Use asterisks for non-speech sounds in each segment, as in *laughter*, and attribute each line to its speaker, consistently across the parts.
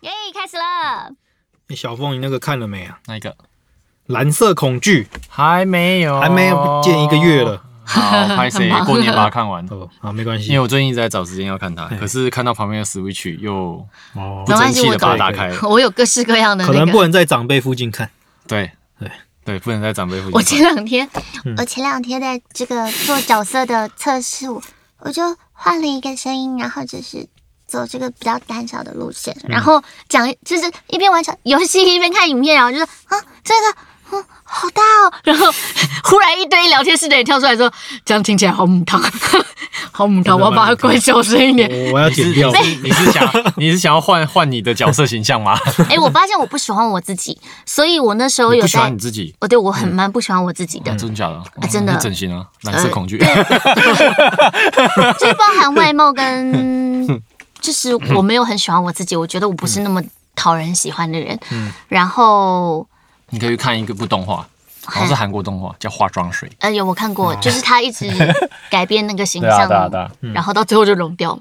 Speaker 1: 耶、开始了。
Speaker 2: 欸小凤，你那个看了没啊？
Speaker 3: 那一个
Speaker 2: 蓝色恐惧
Speaker 3: 还没有，
Speaker 2: 还没有见一个月。了，
Speaker 3: 好，拍谁？过年把它看完
Speaker 2: 哦，好，没关
Speaker 3: 因
Speaker 2: 系
Speaker 3: 为。我最近一直在找时间要看它，可是看到旁边的 Switch 又
Speaker 2: 哦
Speaker 3: 不，争气
Speaker 1: 没关系我
Speaker 3: 的把它
Speaker 2: 懂
Speaker 3: 打开 *laughs* 了。
Speaker 1: *laughs* 我有各式各样的
Speaker 2: 可
Speaker 1: 那
Speaker 2: 能
Speaker 1: 个。
Speaker 2: 不能在长辈附近
Speaker 1: *laughs*
Speaker 2: 看。
Speaker 3: 对
Speaker 2: 对
Speaker 3: 对，不能在长辈附
Speaker 1: 我
Speaker 3: 近
Speaker 1: 前
Speaker 3: 看。
Speaker 1: 两天
Speaker 4: 我前两天在这个做角色的测试，我我就换了一个声音，然后就是走这个比较胆小的路线，
Speaker 3: 嗯
Speaker 4: 然后讲就是一边玩小游戏一边看影片，然后就是啊这个。嗯，好大哦！
Speaker 1: 然后忽然一堆聊天室的人跳出来说：“这样听起来好母汤， *laughs* 好母汤，我要把它关小声一
Speaker 3: *laughs*
Speaker 1: 点。
Speaker 2: 我我要
Speaker 3: 你
Speaker 2: 剪
Speaker 3: 是
Speaker 2: 掉
Speaker 3: 你。是你是想你是想要换换你的角色形象 *laughs* 吗？”
Speaker 1: 哎，我发现我不喜欢我自己，所以我那时候
Speaker 3: 你
Speaker 1: 有
Speaker 3: 不喜欢
Speaker 1: 在
Speaker 3: 你，自己？嗯
Speaker 1: 哦，对我很蛮不喜欢我自己的，
Speaker 3: 真的假的？哦
Speaker 1: 真的
Speaker 3: 那整形啊，蓝色恐
Speaker 1: *laughs*
Speaker 3: 惧。
Speaker 1: 就是包含外貌
Speaker 3: *laughs*
Speaker 1: 跟，就是我没有很喜欢我自己，我觉得我不是那么讨人喜欢的人。
Speaker 3: 嗯
Speaker 1: 然后，
Speaker 3: *laughs* 你可以去看一个部动画，好像是韩国动画，叫《化妆水》。
Speaker 1: 呃，有我看过，就是他一直改变那个形象，
Speaker 3: 啊。
Speaker 1: 然后到最后就融掉了。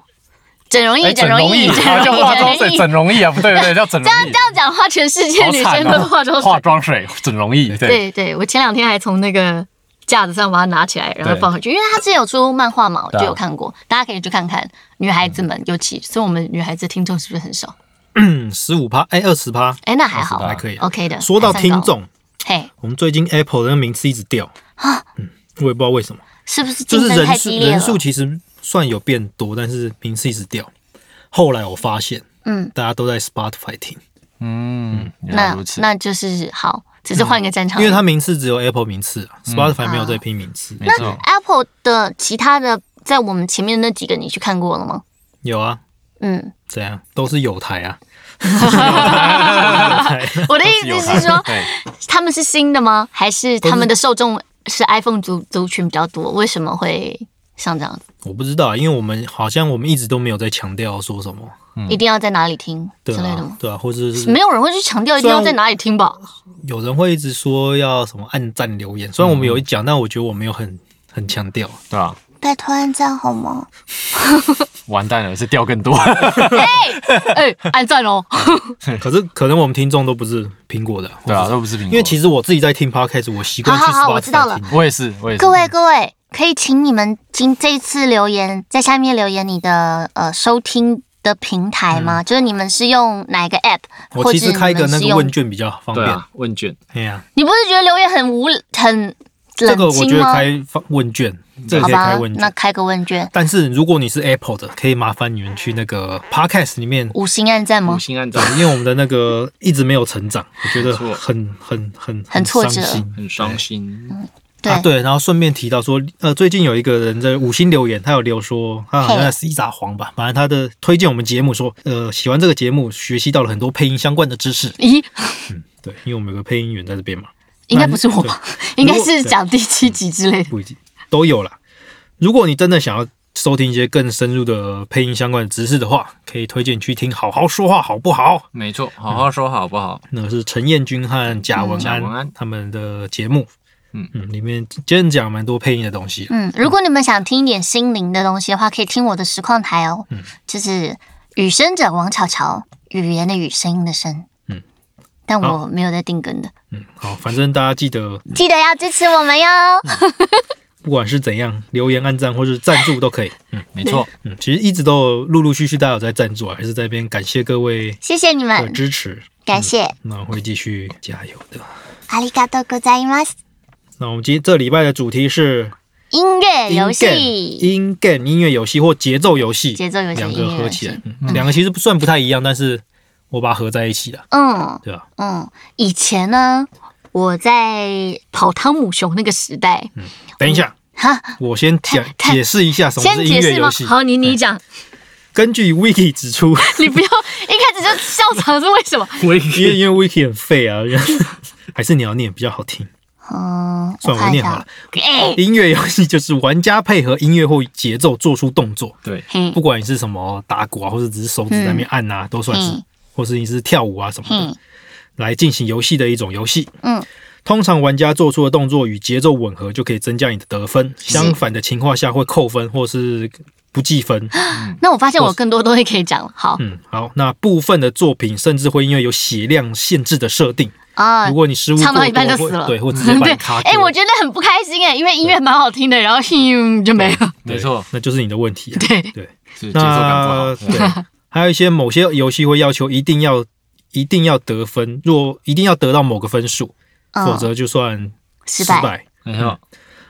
Speaker 1: 整容
Speaker 3: 哎，
Speaker 1: 液，
Speaker 3: 整
Speaker 1: 容
Speaker 3: 容
Speaker 1: 液，
Speaker 3: 易，
Speaker 1: 整
Speaker 3: *laughs* 啊叫
Speaker 1: 容
Speaker 3: 化妆
Speaker 1: 液，整容液。
Speaker 3: 水，整容易啊，不对不对，叫整容易 *laughs*
Speaker 1: 这。样讲的话，全世界
Speaker 3: 好
Speaker 1: 女
Speaker 3: 惨
Speaker 1: 生
Speaker 3: 哦
Speaker 1: 都化妆水
Speaker 3: 化。妆水、整容液，对，
Speaker 1: 对对，我前两天还从那个架子上把它拿起来，然后
Speaker 3: 对
Speaker 1: 放回去，因为它之前有出漫画嘛，我
Speaker 3: 对啊
Speaker 1: 就有看过，大家可以去看看。女孩子们，尤其，所以我们女孩子听众是不是很少？
Speaker 2: 嗯，十五趴，哎，二十趴，
Speaker 1: 哎，那还好
Speaker 2: 还可以。
Speaker 1: ，OK 的。
Speaker 2: 说到
Speaker 1: 还算高
Speaker 2: 听，众，
Speaker 1: 嘿，
Speaker 2: 我们最近 Apple 的那个名次一直掉嗯，我也不知道为什么，
Speaker 1: 是不是
Speaker 2: 就
Speaker 1: 啊竞
Speaker 2: 是
Speaker 1: 争
Speaker 2: 人
Speaker 1: 太
Speaker 2: 数
Speaker 1: 激烈
Speaker 2: 人
Speaker 1: 了？
Speaker 2: 数其实算有变多，但是名次一直掉。后来我发现，
Speaker 1: 嗯，
Speaker 2: 大家都在 Spotify 听，
Speaker 3: 嗯，原来
Speaker 1: 那
Speaker 3: 如此。
Speaker 1: 那就是好，只是换个战场。
Speaker 2: 因为它名次只有 Apple 名次啊，Spotify
Speaker 1: 嗯
Speaker 2: 没有在拼名次。
Speaker 3: 没错，
Speaker 1: Apple 的其他的，在我们前面那几个，你去看过了吗？
Speaker 2: 有啊，
Speaker 1: 嗯，
Speaker 2: 怎样都是有台啊，
Speaker 1: *laughs* 我的
Speaker 3: 是
Speaker 1: 意
Speaker 3: 有
Speaker 1: 思是说
Speaker 3: 它，对，
Speaker 1: 他们是新的吗？还是他们的受众是 iPhone 族族群比较多？为什么会像这样子？
Speaker 2: 我不知道啊，因为我们好像我们一直都没有在强调说什么，
Speaker 1: 一定要在哪里听之
Speaker 2: 嗯对
Speaker 1: 类的吗
Speaker 2: 啊？，对啊，或者是
Speaker 1: 没有人会去强调一定要在哪里听吧？
Speaker 2: 有人会一直说要什么按赞留言，虽然我们有一讲，但我觉得我没有很很强调。
Speaker 3: 对啊，
Speaker 4: 拜托按赞好吗？
Speaker 3: 完蛋了，是掉更 *laughs* 多。
Speaker 2: 啊
Speaker 1: *laughs* 哎，按赞
Speaker 2: *laughs*
Speaker 1: 哦！
Speaker 2: 可是可能我们听众都不是苹果的，
Speaker 3: 对啊，
Speaker 2: 或者
Speaker 3: 都不是苹果。
Speaker 2: 因为其实我自己在听 podcast，我习
Speaker 1: 好
Speaker 2: 惯去
Speaker 1: 好
Speaker 2: s
Speaker 1: 好，
Speaker 2: p
Speaker 1: 我
Speaker 2: o
Speaker 1: 知道了
Speaker 2: t。
Speaker 3: 我也是，我也是。
Speaker 4: 各位各位，可以请你们今这一次留言在下面留言你的呃收听的平台吗？就是你们是用哪一个 app？
Speaker 2: 嗯我其实开个那
Speaker 4: 或者你们是
Speaker 2: 个
Speaker 4: 用
Speaker 2: 问卷比较方
Speaker 3: 对
Speaker 2: 便。
Speaker 3: 啊，问卷
Speaker 2: 哎呀，
Speaker 1: 你不是觉得留言很无很
Speaker 2: 这个
Speaker 1: 冷
Speaker 2: 我
Speaker 1: 清
Speaker 2: 觉得
Speaker 1: 吗？
Speaker 2: 开放问卷，这个
Speaker 1: 好
Speaker 2: 可以开
Speaker 1: 吧
Speaker 2: 问，
Speaker 1: 那
Speaker 2: 卷。
Speaker 1: 开个问卷，
Speaker 2: 但是如果你是 Apple 的，可以麻烦你们去那个 podcast 里面
Speaker 1: 五星按赞吗
Speaker 3: 五？星按 *laughs* 赞
Speaker 2: 因为我们的那个一直没有成
Speaker 3: *laughs*
Speaker 2: 长，我觉得
Speaker 3: 没错
Speaker 2: 很很很
Speaker 1: 很挫折
Speaker 2: 伤心
Speaker 3: 很伤心，
Speaker 1: 对
Speaker 2: 啊，对，然后顺便提到说，呃，最近有一个人在五星留言，他有留说，他好像在 C 撒黄吧，反正他的推荐我们节目说，呃，喜欢这个节目，学习到了很多配音相关的知识。嗯
Speaker 1: 咦，
Speaker 2: 对，因为我们有个配音员在这边嘛，
Speaker 1: 应该不是我吧？应该是
Speaker 2: 对
Speaker 1: 讲第七集之类的。
Speaker 2: 不一定都有啦。如果你真的想要收听一些更深入的配音相关的知识的话，可以推荐去听《好好说话》，好不好？
Speaker 3: 没错，好好说好不好？
Speaker 2: 那是陈彦君和贾文
Speaker 3: 嗯贾
Speaker 2: 安
Speaker 3: 文安
Speaker 2: 他们的节目。
Speaker 3: 嗯
Speaker 2: 嗯，里面真的讲蛮多配音的东西。啊
Speaker 1: 嗯，如果你们想听一点心灵的东西的话，可以听我的实况台哦，
Speaker 2: 嗯
Speaker 1: 就是雨声者王巧巧，语言的语，声音的声。
Speaker 2: 嗯，
Speaker 1: 但我没有在定更的，
Speaker 2: 嗯，好，反正大家记得，
Speaker 4: 记得要支持我们哟！
Speaker 2: 嗯不管是怎样，留言、按赞或是赞助都可以。嗯
Speaker 3: 没错，
Speaker 2: 嗯，其实一直都有陆陆续续大家有在赞助啊，还是在这边感谢各位
Speaker 4: 谢谢你
Speaker 1: 哎
Speaker 2: 的
Speaker 4: 们，
Speaker 2: 支持，
Speaker 4: 感谢。
Speaker 2: 那我会继续加油的。
Speaker 4: 阿里嘎多ございます。
Speaker 2: 那我们今这礼拜的主题是
Speaker 4: 音乐
Speaker 1: 哎
Speaker 4: 游
Speaker 2: in-game
Speaker 4: 戏，
Speaker 2: in game 音乐游戏或节奏游戏，
Speaker 1: 节奏游戏
Speaker 2: 两个
Speaker 1: 音乐游
Speaker 2: 合
Speaker 1: 戏
Speaker 2: 起来，嗯两个其实不算不太一样，但是我把它合在一起了，
Speaker 1: 嗯
Speaker 2: 对吧？
Speaker 1: 嗯，以前呢，我在跑汤姆熊那个时代，
Speaker 2: 等一下，
Speaker 1: 哈，
Speaker 2: 我先讲
Speaker 1: 看
Speaker 2: 解释一下什么
Speaker 1: 先
Speaker 2: 是
Speaker 1: 解
Speaker 2: 音乐
Speaker 1: 释吗
Speaker 2: 游戏？。
Speaker 1: 好，你你讲，
Speaker 2: 根据 Wiki 指出，
Speaker 1: *laughs* 你不要一开始就笑场是为什么？
Speaker 2: 因为因为 Wiki 很废啊， *laughs* 还是你要念比较好
Speaker 1: *laughs*
Speaker 2: 听。
Speaker 1: 嗯，
Speaker 2: 算了我
Speaker 1: 看一
Speaker 2: 念
Speaker 1: 下
Speaker 2: 好
Speaker 1: 啊
Speaker 2: 了。。音乐游戏就是玩家配合音乐或节奏做出动作，
Speaker 3: 对，
Speaker 1: 嘿
Speaker 2: 不，管你是什么打鼓啊，或者只是手指在那边按啊，都算是
Speaker 1: 嗯嗯，
Speaker 2: 或是你是跳舞啊什么的
Speaker 1: 嗯，
Speaker 2: 来进行游戏的一种游戏。
Speaker 1: 嗯，
Speaker 2: 通常玩家做出的动作与节奏吻合，就可以增加你的得分；相反的情况下会扣分或是不计分。
Speaker 4: 那我发现我更多东西可以讲了。好
Speaker 2: 嗯，好，那部分的作品甚至会因为有血量限制的设定，
Speaker 4: 啊
Speaker 2: 如，果你失误
Speaker 4: 唱到
Speaker 2: 过
Speaker 4: 一半
Speaker 2: 多
Speaker 4: 就死
Speaker 2: 会
Speaker 4: 了，
Speaker 2: 对，
Speaker 3: 嗯
Speaker 2: 或直 *laughs* 接把
Speaker 4: 对
Speaker 2: 你卡，
Speaker 4: 哎，
Speaker 2: 掉
Speaker 4: 我觉得很不开心哎，因为音乐蛮好听
Speaker 1: *laughs*
Speaker 4: 的，然后就没了。
Speaker 2: 对
Speaker 3: *laughs* 没错，
Speaker 2: 那就是你的问题啊、
Speaker 4: 对，
Speaker 2: 对，
Speaker 3: 是节奏感不
Speaker 2: 那
Speaker 3: 好。
Speaker 2: 对，
Speaker 3: *laughs*
Speaker 2: 还有一些某些游戏会要求一定要一定要得分，若一定要得到某个分数，
Speaker 4: 嗯
Speaker 2: 否则就算
Speaker 4: 失
Speaker 2: 失
Speaker 4: 败。
Speaker 2: 败。嗯
Speaker 3: 没错，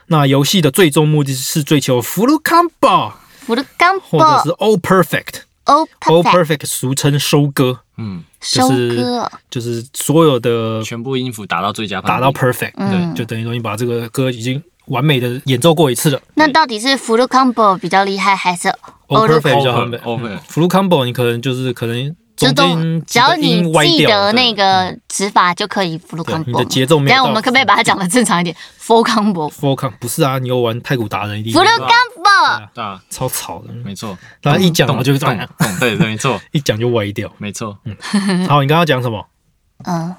Speaker 2: 那游戏的最终目的是追求 full combo
Speaker 4: 我的钢
Speaker 2: 或者
Speaker 4: 波
Speaker 2: 是 all perfect，all
Speaker 4: ，O perfect
Speaker 2: perfect 俗称收割，
Speaker 3: 嗯，
Speaker 4: 收
Speaker 2: 就是
Speaker 4: 割，
Speaker 2: 就是所有的
Speaker 3: 全部音符打到最佳，
Speaker 2: 打到 perfect，、
Speaker 4: 嗯
Speaker 2: 对，就等于说你把这个歌已经完美的演奏过一次了。
Speaker 4: 那到底是 full combo 比较厉害，还是
Speaker 2: all
Speaker 4: All
Speaker 2: perfect 比较完美
Speaker 3: open。open，
Speaker 2: full combo 你可能就是可能
Speaker 4: 就
Speaker 2: 中
Speaker 4: 都
Speaker 2: 间
Speaker 4: 哦只要
Speaker 2: 几个
Speaker 4: 你
Speaker 2: 音歪
Speaker 4: 记
Speaker 2: 掉
Speaker 4: 得
Speaker 2: 了
Speaker 4: 那个指法就可以 full
Speaker 2: 对
Speaker 4: combo 嘛。
Speaker 2: 你的节奏没有
Speaker 4: 但
Speaker 2: 到
Speaker 4: 我们可不可以把它讲的正常一点？full combo，full
Speaker 2: full com 不是啊，你有玩太古达人一定嗯
Speaker 4: combo，
Speaker 3: 对啊，
Speaker 2: 超吵的，
Speaker 3: 没错，
Speaker 2: 然后一讲
Speaker 3: 懂
Speaker 2: 我就
Speaker 3: 懂
Speaker 2: 哎
Speaker 3: 懂，对对，没错，
Speaker 2: 一讲就歪掉。
Speaker 3: 没错，
Speaker 2: 好，你刚刚讲什么？
Speaker 4: 嗯，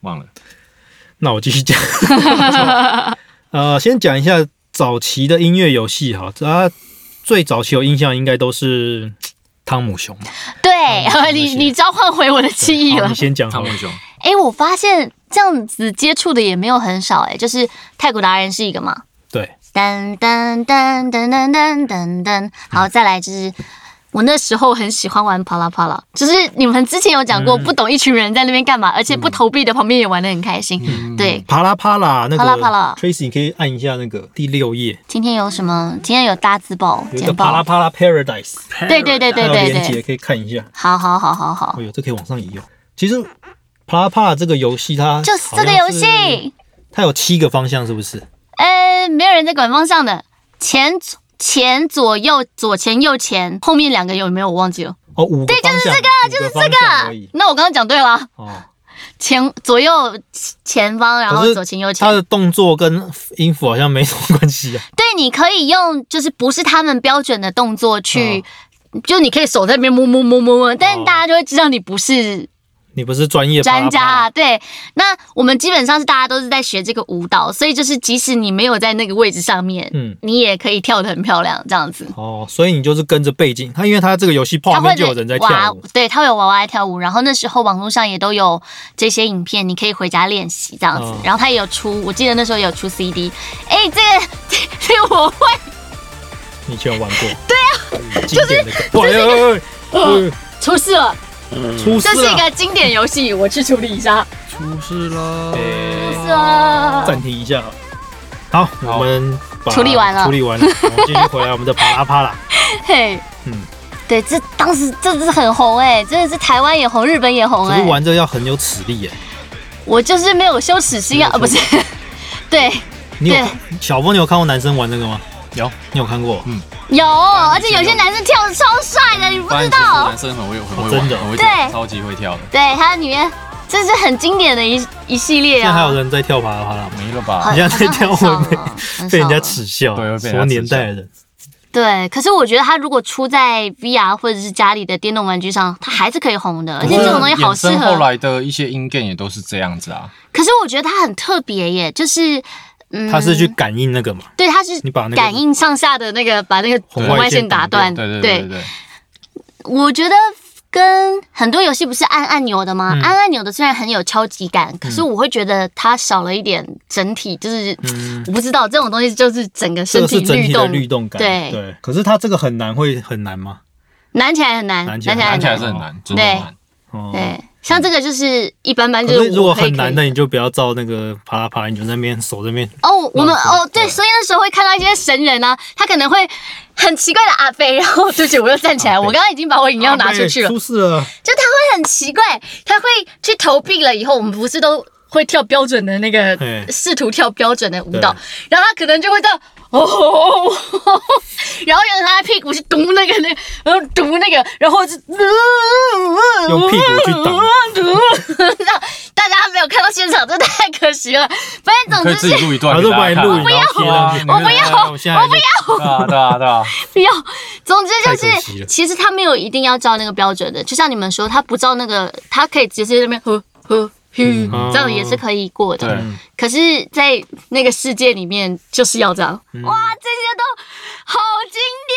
Speaker 3: 忘了，
Speaker 2: 那我继续
Speaker 4: *laughs*
Speaker 2: 讲。呃，先讲一下早期的音乐游戏哈，大家最早期有印象应该都是嘖汤姆熊嘛。
Speaker 4: 对，
Speaker 2: 嗯
Speaker 4: 你你召唤回我的记忆
Speaker 2: 好
Speaker 4: 了
Speaker 2: 你。先讲好
Speaker 3: 汤
Speaker 2: 了
Speaker 3: 姆。熊，
Speaker 4: 哎，我发现这样子接触的也没有很少，哎，就是太古达人是一个嘛，
Speaker 2: 对，
Speaker 4: 噔噔噔噔噔噔噔噔，好，再来就是。我那时候很喜欢玩啪啦啪啦，就是你们之前有讲
Speaker 2: 嗯
Speaker 4: 过，不懂一群人在那边干嘛，而且不投币的旁边也玩得很开心。对，
Speaker 2: 啪啦啪啦，那个
Speaker 4: 啪啦啪啦
Speaker 2: Tracy，你可以按一下那个第六页，
Speaker 4: 今天有什么？今天有大字报、
Speaker 2: 有一个
Speaker 4: 简
Speaker 2: 啪啦
Speaker 4: 报，
Speaker 2: 啪啦 Paradise，
Speaker 4: 对对对
Speaker 2: 还
Speaker 4: 对
Speaker 2: 有
Speaker 4: 对
Speaker 2: 连
Speaker 4: 对，
Speaker 2: 接可以看一下。
Speaker 4: 好好好好好
Speaker 2: 哦，呦，这可以往上移哦。其实啪啦啪啦这个游戏它
Speaker 4: 就是这个游
Speaker 2: 好像是，
Speaker 4: 戏。
Speaker 2: 它有七个方向是不是？
Speaker 4: 呃，没有人在管方向的，前左前左右左前右前，后面两个有没有我忘记了？
Speaker 2: 哦，五个方向，对，就是这个，就是这
Speaker 4: 那我刚刚讲对了，啊
Speaker 2: 哦，
Speaker 4: 前左右前方，然
Speaker 2: 可
Speaker 4: 后
Speaker 2: 是
Speaker 4: 左前右前
Speaker 2: 它。的动作跟音符好像没什么关系啊。 *laughs*
Speaker 4: 对，你可以用就是不是他们标准的动作去
Speaker 2: 哦，
Speaker 4: 就你可以手在那边摸摸摸摸摸，但
Speaker 2: 哦
Speaker 4: 大家就会知道你不是
Speaker 2: 你不是专业啪
Speaker 4: 专
Speaker 2: 啦
Speaker 4: 家
Speaker 2: 啪啦
Speaker 4: 啊。对，那我们基本上是大家都是在学这个舞蹈，所以就是即使你没有在那个位置上面，
Speaker 2: 嗯
Speaker 4: 你也可以跳得很漂亮，这样子。
Speaker 2: 哦，所以你就是跟着背景，它因为它这个游戏画
Speaker 4: 他会
Speaker 2: 面就有人在
Speaker 4: 娃
Speaker 2: 跳舞，
Speaker 4: 对，他会有娃娃在跳舞，然后那时候网络上也都有这些影片，你可以回家练习这样子。
Speaker 2: 嗯
Speaker 4: 然后他也有出，我记得那时候有出 CD，哎、这个 *laughs* 这个我会，
Speaker 2: 你以前有玩过？对啊，经典的梗，哎呦哎呦哎
Speaker 4: 出事了，
Speaker 2: 呦出
Speaker 4: 这
Speaker 2: 事
Speaker 4: 是一
Speaker 2: 了，
Speaker 4: 个经典游戏，我去处理一下。
Speaker 3: 出事了
Speaker 2: 哎
Speaker 4: 是啊，
Speaker 2: 暂停一下。好，我们把
Speaker 4: 处理完了
Speaker 2: 处理完了，我们继续回来我们的啪啦啪
Speaker 4: *laughs*
Speaker 2: 啦。
Speaker 4: 嘿，
Speaker 2: 嗯
Speaker 4: 对，这当时这是很红哎、真的是台湾也红，日本也红
Speaker 2: 可
Speaker 4: 哎、
Speaker 2: 是玩这个要很有齿力耶。
Speaker 4: 我就是没有羞耻心啊，
Speaker 1: 哦
Speaker 4: 啊不是，对，
Speaker 2: 你有
Speaker 4: 对
Speaker 2: 小峰，你有看过男生玩这个吗？
Speaker 3: 有，嗯
Speaker 2: 你有看过？
Speaker 4: 有，而且有些男生跳的超帅的，你不
Speaker 3: 发
Speaker 4: 知
Speaker 3: 现其实
Speaker 4: 道
Speaker 3: 男。生很会很会
Speaker 2: 哦
Speaker 3: 玩，
Speaker 2: 真的
Speaker 3: 很会
Speaker 4: 对
Speaker 3: 跳，超级会跳的，
Speaker 4: 对，它里面这是很经典的一一系列
Speaker 2: 现在还有
Speaker 4: 啊。
Speaker 2: 人在跳啪啦啪啦吗？
Speaker 3: 没了
Speaker 4: 好
Speaker 3: 吧？
Speaker 2: 人家在跳
Speaker 4: 好像
Speaker 2: 会
Speaker 4: 很
Speaker 2: 被
Speaker 4: 少了很
Speaker 2: 被人家
Speaker 4: 少了
Speaker 2: 耻笑，
Speaker 3: 对会被人家
Speaker 2: 什么年代的人？
Speaker 4: 对，可是我觉得它如果出在 VR 或者是家里的电动玩具上，它还是可以红的，而且这种东西好
Speaker 3: 嗯
Speaker 4: 适
Speaker 3: 衍生后
Speaker 4: 合。
Speaker 3: 来的一些音 game 也都是这样子啊，
Speaker 4: 可是我觉得它很特别耶，就是嗯，
Speaker 2: 他是去感应那个嘛？
Speaker 4: 对，它是
Speaker 2: 你把那个
Speaker 4: 感应上下的那个，把那个
Speaker 2: 红
Speaker 4: 红
Speaker 2: 外
Speaker 4: 外线
Speaker 2: 线
Speaker 4: 打
Speaker 2: 挡掉
Speaker 4: 断。
Speaker 3: 对对对对对，
Speaker 4: 我觉得跟很多游戏不是按按钮的吗？
Speaker 2: 嗯
Speaker 4: 按按钮的虽然很有敲击感，可是我会觉得它少了一点整体，就是、我不知道这种东西就是整个
Speaker 2: 嗯这
Speaker 4: 身
Speaker 2: 个是
Speaker 4: 体
Speaker 2: 整体
Speaker 4: 律
Speaker 2: 的
Speaker 4: 动，
Speaker 2: 律动感，
Speaker 4: 对
Speaker 2: 对。可是他这个很难，会很难吗？
Speaker 4: 难起来很难，
Speaker 2: 难起来
Speaker 4: 很
Speaker 3: 看
Speaker 2: 对
Speaker 3: 起来是很难，真的很难。
Speaker 2: 哦，
Speaker 4: 对，像这个就是一般般，就
Speaker 2: 可
Speaker 4: 是
Speaker 2: 是如果
Speaker 4: 我可以
Speaker 2: 很难，
Speaker 4: 可
Speaker 2: 那
Speaker 4: 以
Speaker 2: 你就不要照那个啪啦啪啦，你就在那边手在那边
Speaker 4: 哦，我
Speaker 2: 那
Speaker 4: 们
Speaker 2: 种
Speaker 4: 哦对，所以那时候会看到一些神人啊，他可能会很奇怪的阿飞，然后对不起，我又站起来，
Speaker 2: 阿伯
Speaker 4: 我刚刚已经把我饮料拿出去
Speaker 2: 啊对，
Speaker 4: 了
Speaker 2: 出事了，
Speaker 4: 就他会很奇怪，他会去投币了以后，我们不是都会跳标准的那个
Speaker 2: 嘿，
Speaker 4: 试图跳标准的舞蹈
Speaker 2: 对，
Speaker 4: 然后他可能就会这样哦，然后用他的屁股去读那个那，然后读那个，然后就
Speaker 2: 用屁股去挡
Speaker 4: 读，这样大家没有看到现场，这太可惜了。 *laughs* 反
Speaker 3: 可
Speaker 4: 正总
Speaker 3: 以
Speaker 4: 之
Speaker 3: 自己
Speaker 4: 是
Speaker 3: 录一
Speaker 2: 然
Speaker 3: 段
Speaker 2: 后
Speaker 3: 给
Speaker 2: 就
Speaker 3: 大
Speaker 2: 把
Speaker 3: 家
Speaker 2: 你
Speaker 3: 看
Speaker 2: 录
Speaker 3: 啊，
Speaker 2: 影，然后贴上去。
Speaker 4: 我不要
Speaker 2: 我现在还录
Speaker 3: 对啊对啊对啊，
Speaker 4: 不要。总之就
Speaker 2: 太可惜
Speaker 4: 是，
Speaker 2: 了
Speaker 4: 其实他没有一定要照那个标准的，就像你们说，他不照那个，他可以直接在那边呵呵。呼
Speaker 2: 嗯
Speaker 4: 这样也是可以过的，
Speaker 3: 对，
Speaker 2: 嗯
Speaker 4: 可是，在那个世界里面就是要这样。哇，这些好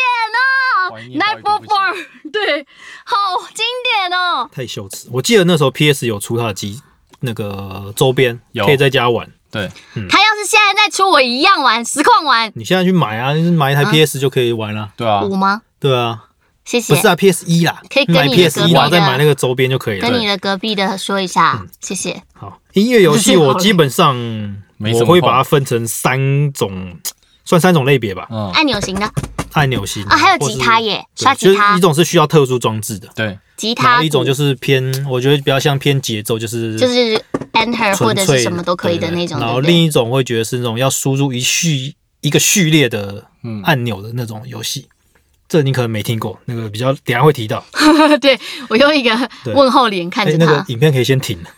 Speaker 4: 经典哦
Speaker 3: 怀念到一个不
Speaker 4: ！Night Before，对，好经典哦。
Speaker 2: 太羞耻。我记得那时候 PS 有出它的机那个周边，
Speaker 3: 有
Speaker 2: 可以在家玩。
Speaker 3: 对，
Speaker 4: 他要是现在再出，我一样玩，实况玩。
Speaker 2: 你现在去买啊，就是买一台
Speaker 4: 啊
Speaker 2: PS 就可以玩了、
Speaker 3: 对啊，
Speaker 4: 五吗？
Speaker 2: 对啊，
Speaker 4: 谢
Speaker 2: 不
Speaker 4: 谢
Speaker 2: 是。啊 PS 一啦，
Speaker 4: 可以跟
Speaker 2: 买
Speaker 4: 你的
Speaker 2: PS 一
Speaker 4: 隔
Speaker 2: 然
Speaker 4: 壁
Speaker 2: 后
Speaker 4: 的
Speaker 2: 再买那个周边就可以
Speaker 4: 跟
Speaker 2: 了。
Speaker 4: 你的隔壁的说一下，
Speaker 2: 嗯
Speaker 4: 谢谢。
Speaker 2: 好，音乐游戏
Speaker 4: *laughs*
Speaker 2: 我基本上
Speaker 3: 没什
Speaker 2: 我
Speaker 3: 么
Speaker 2: 会把它分成三种，算三种类别吧。
Speaker 3: 嗯，
Speaker 4: 按钮型的
Speaker 2: 按钮型
Speaker 4: 啊，还有
Speaker 2: 或
Speaker 4: 吉
Speaker 2: 是
Speaker 4: 他耶，
Speaker 2: 对
Speaker 4: 刷
Speaker 2: 就
Speaker 4: 吉
Speaker 2: 是
Speaker 4: 他
Speaker 2: 一、种是需要特殊装置的，
Speaker 3: 对，
Speaker 4: 吉
Speaker 2: 然
Speaker 4: 他
Speaker 2: 后一种就是是偏，我觉得比较像偏节奏，就是
Speaker 4: 就是 enter 啊或
Speaker 2: 纯
Speaker 4: 者
Speaker 2: 粹
Speaker 4: 是什么都可以的
Speaker 2: 对对
Speaker 4: 那种。
Speaker 2: 然
Speaker 4: 对
Speaker 2: 后
Speaker 4: 不对
Speaker 2: 另一种会觉得是那种要输入一序一个序列的按钮的那种游戏，这你可能没听过，那个比较等一下会提到。
Speaker 4: 对我用一个
Speaker 2: 对
Speaker 4: 问号脸看
Speaker 2: 哎
Speaker 4: 着，
Speaker 2: 那个
Speaker 4: 他。
Speaker 2: 影片可以先停了。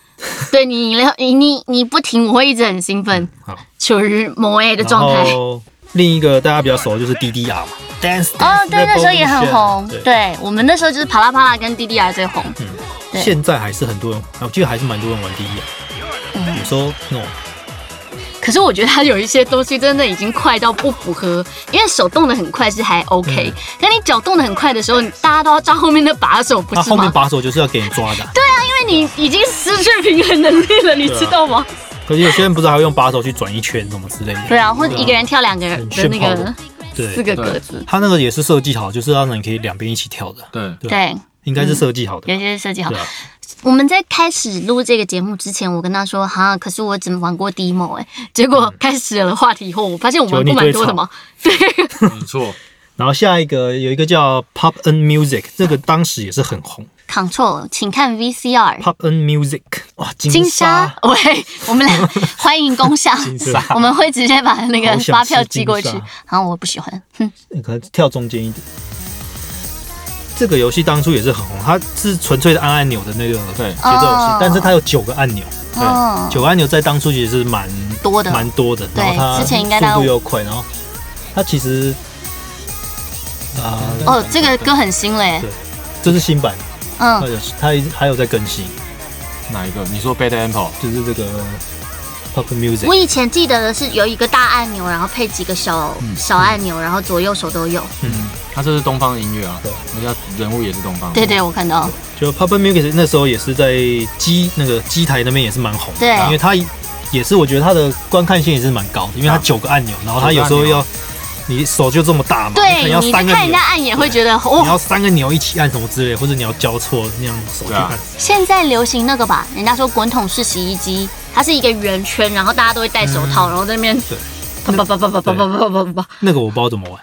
Speaker 4: 对你，你你你不停，我会一直很兴奋
Speaker 2: 嗯好，
Speaker 4: 处于某 A 的
Speaker 2: 然
Speaker 4: 状态。
Speaker 2: 后另一个大家比较熟的就是 DDR 嘛，Dance
Speaker 4: 哦
Speaker 2: Dance，
Speaker 4: 对，那时候也很
Speaker 2: Revolution，
Speaker 4: 红。
Speaker 2: 对，
Speaker 4: 对我们那时候就是啪啦啪啦跟 DDR 最红。
Speaker 2: 嗯
Speaker 4: 对
Speaker 2: 现在还是很多人，啊我记得还是蛮多人玩 DDR，有
Speaker 4: 嗯
Speaker 2: 时候那种
Speaker 4: 可是我觉得它有一些东西真的已经快到不符合，因为手动的很快是还 OK，、
Speaker 2: 嗯
Speaker 4: 可你脚动的很快的时候，大家都要抓后面的把手，不
Speaker 2: 他
Speaker 4: 是
Speaker 2: 后面
Speaker 4: 吗？
Speaker 2: 把手就是要给你抓的啊，
Speaker 4: 因为你已经失去平衡能力了，你
Speaker 2: 对啊
Speaker 4: 知道吗？
Speaker 2: 可是有些人不是还会用把手去转一圈什么之类的。
Speaker 4: 对啊，或者一个人跳两个人的那
Speaker 2: 很炫
Speaker 4: 个
Speaker 2: 炮对，
Speaker 4: 四个格子，
Speaker 2: 它那个也是设计好，就是让你可以两边一起跳的，
Speaker 4: *laughs*
Speaker 3: 对，
Speaker 2: 对
Speaker 4: 对，
Speaker 2: 应该是设计好的。
Speaker 4: 有一些设计好
Speaker 2: 对。啊，
Speaker 4: 我们在开始录这个节目之前，我跟他说哈，可是我只玩过 demo 哎、结果开始了话题以后，我发现我玩过蛮多的嘛，
Speaker 3: 没错，
Speaker 2: 然后下一个有一个叫 Pop N Music，这个当时也是很红。
Speaker 4: Control，请看 VCR。
Speaker 2: Pop N Music，哇，
Speaker 4: 金
Speaker 2: 金
Speaker 4: 沙
Speaker 2: 沙，，
Speaker 4: 喂，我们俩欢迎工商，我们会直接把那个
Speaker 2: 好想吃
Speaker 4: 发票寄过去
Speaker 2: 金沙。
Speaker 4: 好，我不喜欢，哼，
Speaker 2: 你可能跳中间一点。这个游戏当初也是很红，它是纯粹的按按钮的那个
Speaker 3: 对
Speaker 2: 节奏游戏
Speaker 4: 哦，
Speaker 2: 但是它有九个按钮，
Speaker 4: 哦
Speaker 2: 九个按钮在当初也是蛮
Speaker 4: 多的
Speaker 2: 蛮多的。
Speaker 4: 对
Speaker 2: 然后它
Speaker 4: 之前应该大概
Speaker 2: 速度又快，然后它其实啊，
Speaker 4: 哦，这个歌很新嘞，
Speaker 2: 这是新版，它
Speaker 4: 嗯，
Speaker 2: 有它一还有在更新，
Speaker 3: 哪一个？你说 Bad Apple？
Speaker 2: 就是这个 Pop Music
Speaker 1: 我。以前记得的是有一个大按钮，然后配几个小小按钮，然后左右手都有。
Speaker 3: 嗯，它这是东方的音乐啊
Speaker 2: 对，
Speaker 3: 人家人物也是东方。
Speaker 4: 对对，，我看到，
Speaker 2: 就 Papa Music 那时候也是在机那个机台那边也是蛮红的，
Speaker 4: 对
Speaker 2: 因为它也是我觉得它的观看性也是蛮高的，因为它
Speaker 3: 啊
Speaker 2: 九个按钮，然后它有时
Speaker 3: 九
Speaker 2: 候
Speaker 3: 个按钮
Speaker 2: 要你手就这么大嘛，你可能
Speaker 4: 对，
Speaker 2: 要
Speaker 4: 你在
Speaker 2: 三个
Speaker 4: 看人
Speaker 2: 钮
Speaker 4: 家，按也会觉得
Speaker 2: 你
Speaker 4: 哇，
Speaker 2: 要三个钮一起按什么之类，或者你要交错那样手去
Speaker 3: 对啊
Speaker 2: 按，
Speaker 4: 现在流行那个吧，人家说滚筒式洗衣机，它是一个圆圈，然后大家都会戴手套，然后在那边
Speaker 2: 对
Speaker 4: 叭叭叭叭叭叭叭叭叭叭叭，
Speaker 2: 那个我不知道怎么玩，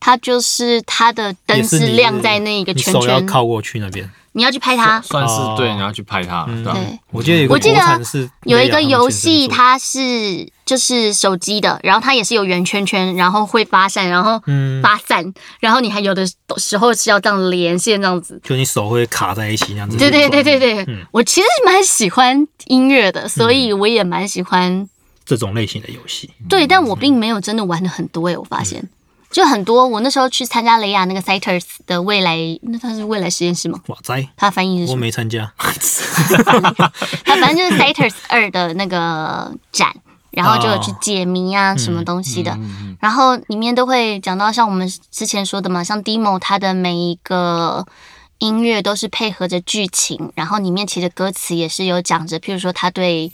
Speaker 4: 它就是它的灯
Speaker 2: 也是
Speaker 4: 是
Speaker 2: 你
Speaker 4: 亮在那一个
Speaker 2: 你
Speaker 4: 圈
Speaker 2: 手要
Speaker 4: 圈，
Speaker 2: 靠过去那边。
Speaker 4: 你要去拍它。
Speaker 3: 算是
Speaker 2: 哦
Speaker 3: 对，你要去拍它，对吧？
Speaker 4: 对
Speaker 2: 我记得有
Speaker 4: 我
Speaker 2: 个
Speaker 4: 记
Speaker 2: 国
Speaker 4: 得
Speaker 2: 产是
Speaker 4: 有一个游
Speaker 2: 那
Speaker 4: 戏，
Speaker 2: 样
Speaker 4: 它是就是手机的，然后它也是有圆圈圈，然后会发散，然后
Speaker 2: 嗯
Speaker 4: 发散，然后你还有的时候是要这样连线这样子。
Speaker 2: 就你手会卡在一起那样子。
Speaker 4: 对对对对对，
Speaker 2: 嗯
Speaker 4: 我其实蛮喜欢音乐的，所以我也蛮喜
Speaker 2: 嗯
Speaker 4: 欢。
Speaker 2: 这种类型的游戏，
Speaker 4: 对，但我并没有真的玩的很多诶、欸我发
Speaker 2: 嗯
Speaker 4: 现。就很多，我那时候去参加雷亚那个 Cyters 的未来，那它是未来实验室吗？
Speaker 2: 哇塞，
Speaker 4: 它翻译是什
Speaker 2: 我
Speaker 4: 么？
Speaker 2: 没参
Speaker 4: *laughs*
Speaker 2: 加，
Speaker 4: 它反正就是 Cyters 二的那个展，然后就有去解谜啊，什么东西的。然后里面都会讲到像我们之前说的嘛，像 Demo 它的每一个音乐都是配合着剧情，然后里面其实歌词也是有讲着，譬如说他对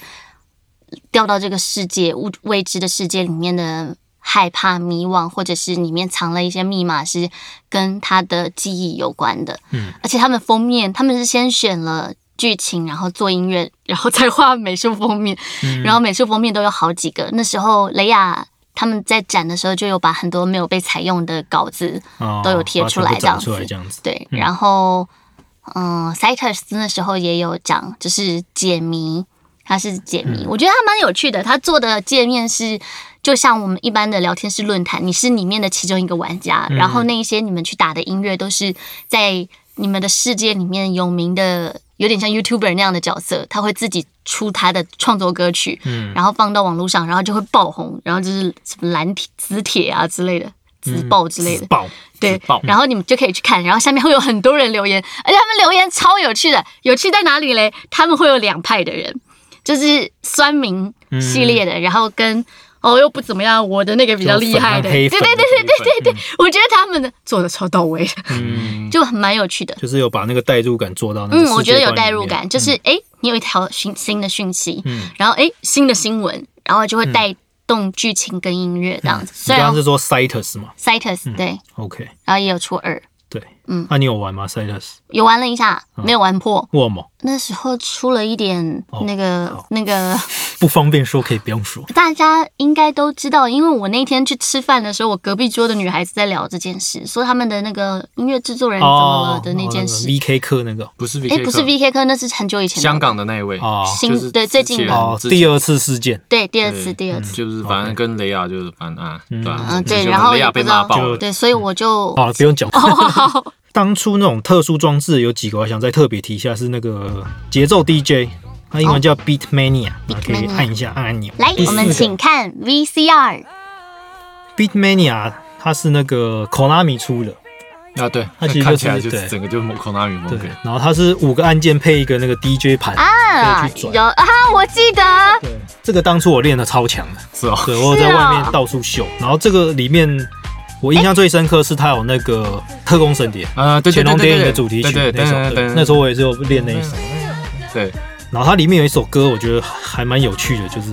Speaker 4: 掉到这个世界未未知的世界里面的。害怕、迷惘，或者是里面藏了一些密码，是跟他的记忆有关的。
Speaker 2: 嗯，
Speaker 4: 而且他们封面，他们是先选了剧情，然后做音乐， *laughs* 然后再画美术封面，然后美术封面都有好几个。那时候雷亚他们在展的时候，就有把很多没有被采用的稿子，
Speaker 2: 哦
Speaker 4: 都有贴
Speaker 2: 把它
Speaker 4: 出
Speaker 2: 全部
Speaker 4: 来这样
Speaker 2: 找出来
Speaker 4: 子
Speaker 2: 这样子。
Speaker 4: 对，然后嗯 c y t e r s 那时候也有讲，就是解谜。它是解谜，我觉得它蛮有趣的。它做的界面是，就像我们一般的聊天室论坛，你是里面的其中一个玩家，然后那一些你们去打的音乐都是在你们的世界里面有名的，有点像 YouTuber 那样的角色，他会自己出他的创作歌曲，
Speaker 2: 嗯
Speaker 4: 然后放到网络上，然后就会爆红，然后就是什么蓝铁、紫铁啊之类的，紫爆之类的，
Speaker 2: 爆，
Speaker 4: 对
Speaker 3: 自爆，
Speaker 4: 然后你们就可以去看，然后下面会有很多人留言，而且他们留言超有趣的，有趣在哪里
Speaker 2: 嗯
Speaker 4: 嘞？他们会有两派的人，就是酸民系列的，然后跟哦又不怎么样，我的那个比较厉害的，对对对对对，
Speaker 2: 对对，
Speaker 4: 我觉得他们的做的超到位的，
Speaker 2: 嗯，
Speaker 4: 就蛮有趣的。
Speaker 2: 就是有把那个代入感做到那个
Speaker 4: 嗯，我
Speaker 2: 世界
Speaker 4: 觉得有
Speaker 2: 观里
Speaker 4: 代入
Speaker 2: 面
Speaker 4: 感，就是哎、诶你有一条讯新的讯息，
Speaker 2: 嗯
Speaker 4: 然后哎、诶新的新闻，然后就会带动剧情跟音乐这样子。
Speaker 2: 嗯
Speaker 4: 虽
Speaker 2: 你刚
Speaker 4: 然
Speaker 2: 刚是说嗯 Citus 嘛
Speaker 4: Citus、对，
Speaker 2: ？OK，
Speaker 4: 然后也有出二，
Speaker 2: 对，
Speaker 4: 嗯，
Speaker 2: 那你有玩吗？Citus
Speaker 4: 有玩了一下，
Speaker 2: 嗯
Speaker 4: 没有玩破。
Speaker 2: 沃某
Speaker 4: 那时候出了一点
Speaker 2: 哦
Speaker 4: 那个、
Speaker 2: 好
Speaker 4: 那个，
Speaker 2: 不方便说，可以不用说。
Speaker 4: 大家应该都知道，因为我那天去吃饭的时候，我隔壁桌的女孩子在聊这件事，说他们的那个音乐制哎作人怎么
Speaker 2: 哦
Speaker 4: 了的那件事。
Speaker 2: ，VK 课那个
Speaker 3: 不是 VK，
Speaker 4: 哎、不是 VK 科，那是很久以前的
Speaker 3: 香港的那一位
Speaker 2: 哦
Speaker 4: 新
Speaker 3: 就是
Speaker 4: 对
Speaker 3: 之
Speaker 4: 最近
Speaker 3: 前
Speaker 4: 的
Speaker 2: 哦，
Speaker 3: 嗯之前
Speaker 2: 第二次事件
Speaker 4: 对第二次，第二次。
Speaker 3: 就是反正跟雷亚就是反正啊，对吧
Speaker 4: 嗯，
Speaker 3: 就是
Speaker 4: 对，然后
Speaker 3: 雷
Speaker 4: 也
Speaker 3: 亚
Speaker 4: 不
Speaker 3: 被
Speaker 4: 知
Speaker 3: 骂
Speaker 4: 道
Speaker 3: 爆，了，
Speaker 4: 对，所以我就
Speaker 2: 好了，不用
Speaker 4: 哦
Speaker 2: 讲。当初那种特殊装置有几个，我想再特别提一下，是那个节奏 DJ，它英文叫 Beat Mania，大家可以
Speaker 4: 哦 Beatmania
Speaker 2: 按一下按按钮。
Speaker 4: 来
Speaker 2: 第，
Speaker 4: 我
Speaker 2: 四
Speaker 4: 们
Speaker 2: 个
Speaker 4: 请看 VCR，
Speaker 2: Beat Mania，它是那个 Konami 出的，
Speaker 3: 啊对，
Speaker 2: 它其实
Speaker 3: 看起来
Speaker 2: 就
Speaker 3: 就是是整个就是蒙口纳米蒙
Speaker 2: 对
Speaker 3: 给，
Speaker 2: 然后它是五个按键配一个那个 DJ 盘
Speaker 4: 啊
Speaker 2: 可以去转
Speaker 4: 有啊，我记得
Speaker 2: 对，这个当初我练的超强的，
Speaker 3: 是哦，
Speaker 2: 对我有在外面到处秀。然后这个里面，我印象最深刻是它有那个特工神碟，
Speaker 3: 啊对对
Speaker 2: 乾
Speaker 3: 对
Speaker 2: 隆
Speaker 3: 对
Speaker 2: 电影
Speaker 3: 对
Speaker 2: 的主题曲
Speaker 3: 对对
Speaker 2: 那首
Speaker 3: 对
Speaker 2: 对
Speaker 3: 对，，
Speaker 2: 那时候我也是有练那一首。
Speaker 3: 对
Speaker 2: 然后它里面有一首歌，我觉得还蛮有趣的，就是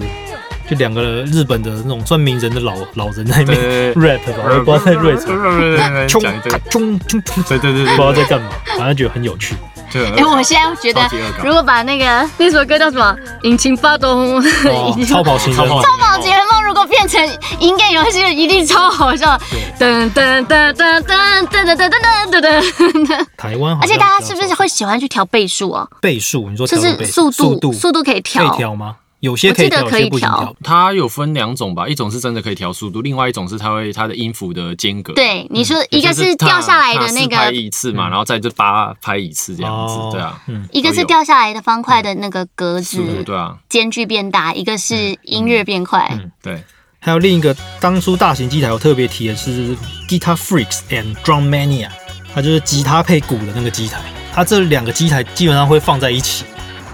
Speaker 2: 就两个日本的那种算名人的老老人在那
Speaker 3: 对
Speaker 2: 边
Speaker 3: 对
Speaker 2: rap 吧，我也不知道在 rap 什么，*laughs*
Speaker 3: 对，
Speaker 2: 冲
Speaker 3: 讲一堆
Speaker 2: 咔，冲冲冲，
Speaker 3: 对对对
Speaker 2: 不知道
Speaker 3: 对
Speaker 2: 在干嘛，反正觉得很有趣。
Speaker 3: 对，
Speaker 4: 哎，我现在觉得
Speaker 3: 超级恶，搞
Speaker 4: 如果把那个那首歌叫什么《引擎发动》，
Speaker 2: 哦
Speaker 4: 引，擎
Speaker 2: 超跑情人
Speaker 3: 超跑
Speaker 2: 嘛，
Speaker 4: 超跑情人梦如果变成音乐游戏，一定超好笑。噔噔噔噔噔噔噔噔噔噔噔噔。
Speaker 2: 台湾好
Speaker 4: 而
Speaker 2: 像
Speaker 4: 且
Speaker 2: 比较少，
Speaker 4: 大家是不是会喜欢去调倍数哦？
Speaker 2: 倍数？你说
Speaker 4: 就
Speaker 2: 调
Speaker 4: 是
Speaker 2: 倍
Speaker 4: 速度，
Speaker 2: 度
Speaker 4: 速度可
Speaker 2: 可
Speaker 4: 以
Speaker 2: 以
Speaker 4: 调。
Speaker 2: 调吗？有些可以调，
Speaker 4: 我
Speaker 2: 有
Speaker 4: 记得
Speaker 2: 些不
Speaker 4: 可以
Speaker 2: 行
Speaker 4: 调
Speaker 2: 调。
Speaker 3: 它有分两种吧，一种是真的可以调速度，另外一种是它会它的音符的间隔。
Speaker 4: 对，你说
Speaker 3: 对，
Speaker 4: 一个是掉下来的那
Speaker 3: 它它四拍
Speaker 4: 个
Speaker 3: 一次嘛，然后再就八拍一次这样子
Speaker 2: 嗯哦，
Speaker 3: 对啊，
Speaker 2: 嗯，
Speaker 4: 一个是掉下来的方块的那个格
Speaker 3: 速度
Speaker 4: 子
Speaker 3: 对啊，
Speaker 4: 间距变大，一个是音乐变快。
Speaker 2: 嗯
Speaker 3: 对，
Speaker 2: 还有另一个，当初大型机台我特别提的是 Guitar Freaks and Drum Mania，它就是吉他配鼓的那个机台。它这两个机台基本上会放在一起，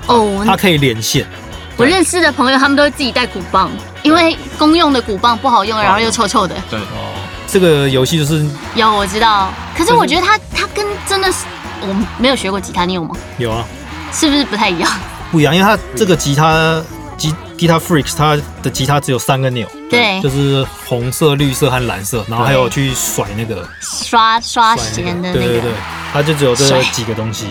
Speaker 4: 哦，我
Speaker 2: 它可以连线。
Speaker 4: 我认识的朋友他们都自己带鼓棒，因为公用的鼓棒不好用，然后又臭臭的。
Speaker 3: 对，
Speaker 2: 哦，这个游戏就是
Speaker 4: 有我知道，可是我觉得它它跟真的是我没有学过吉他，你有吗？
Speaker 2: 有啊，
Speaker 4: 是不是不太一样？
Speaker 2: 不一样，因为它这个吉他吉 Guitar Freaks 它的吉他只有三个钮，
Speaker 4: 对
Speaker 2: 就，是红色、绿色和蓝色，然后还有去甩那个
Speaker 4: 刷刷
Speaker 2: 甩
Speaker 4: 弦的
Speaker 2: 对
Speaker 4: 那
Speaker 2: 对
Speaker 4: 个
Speaker 2: 对，，它就只有这
Speaker 4: 甩
Speaker 2: 几个东西。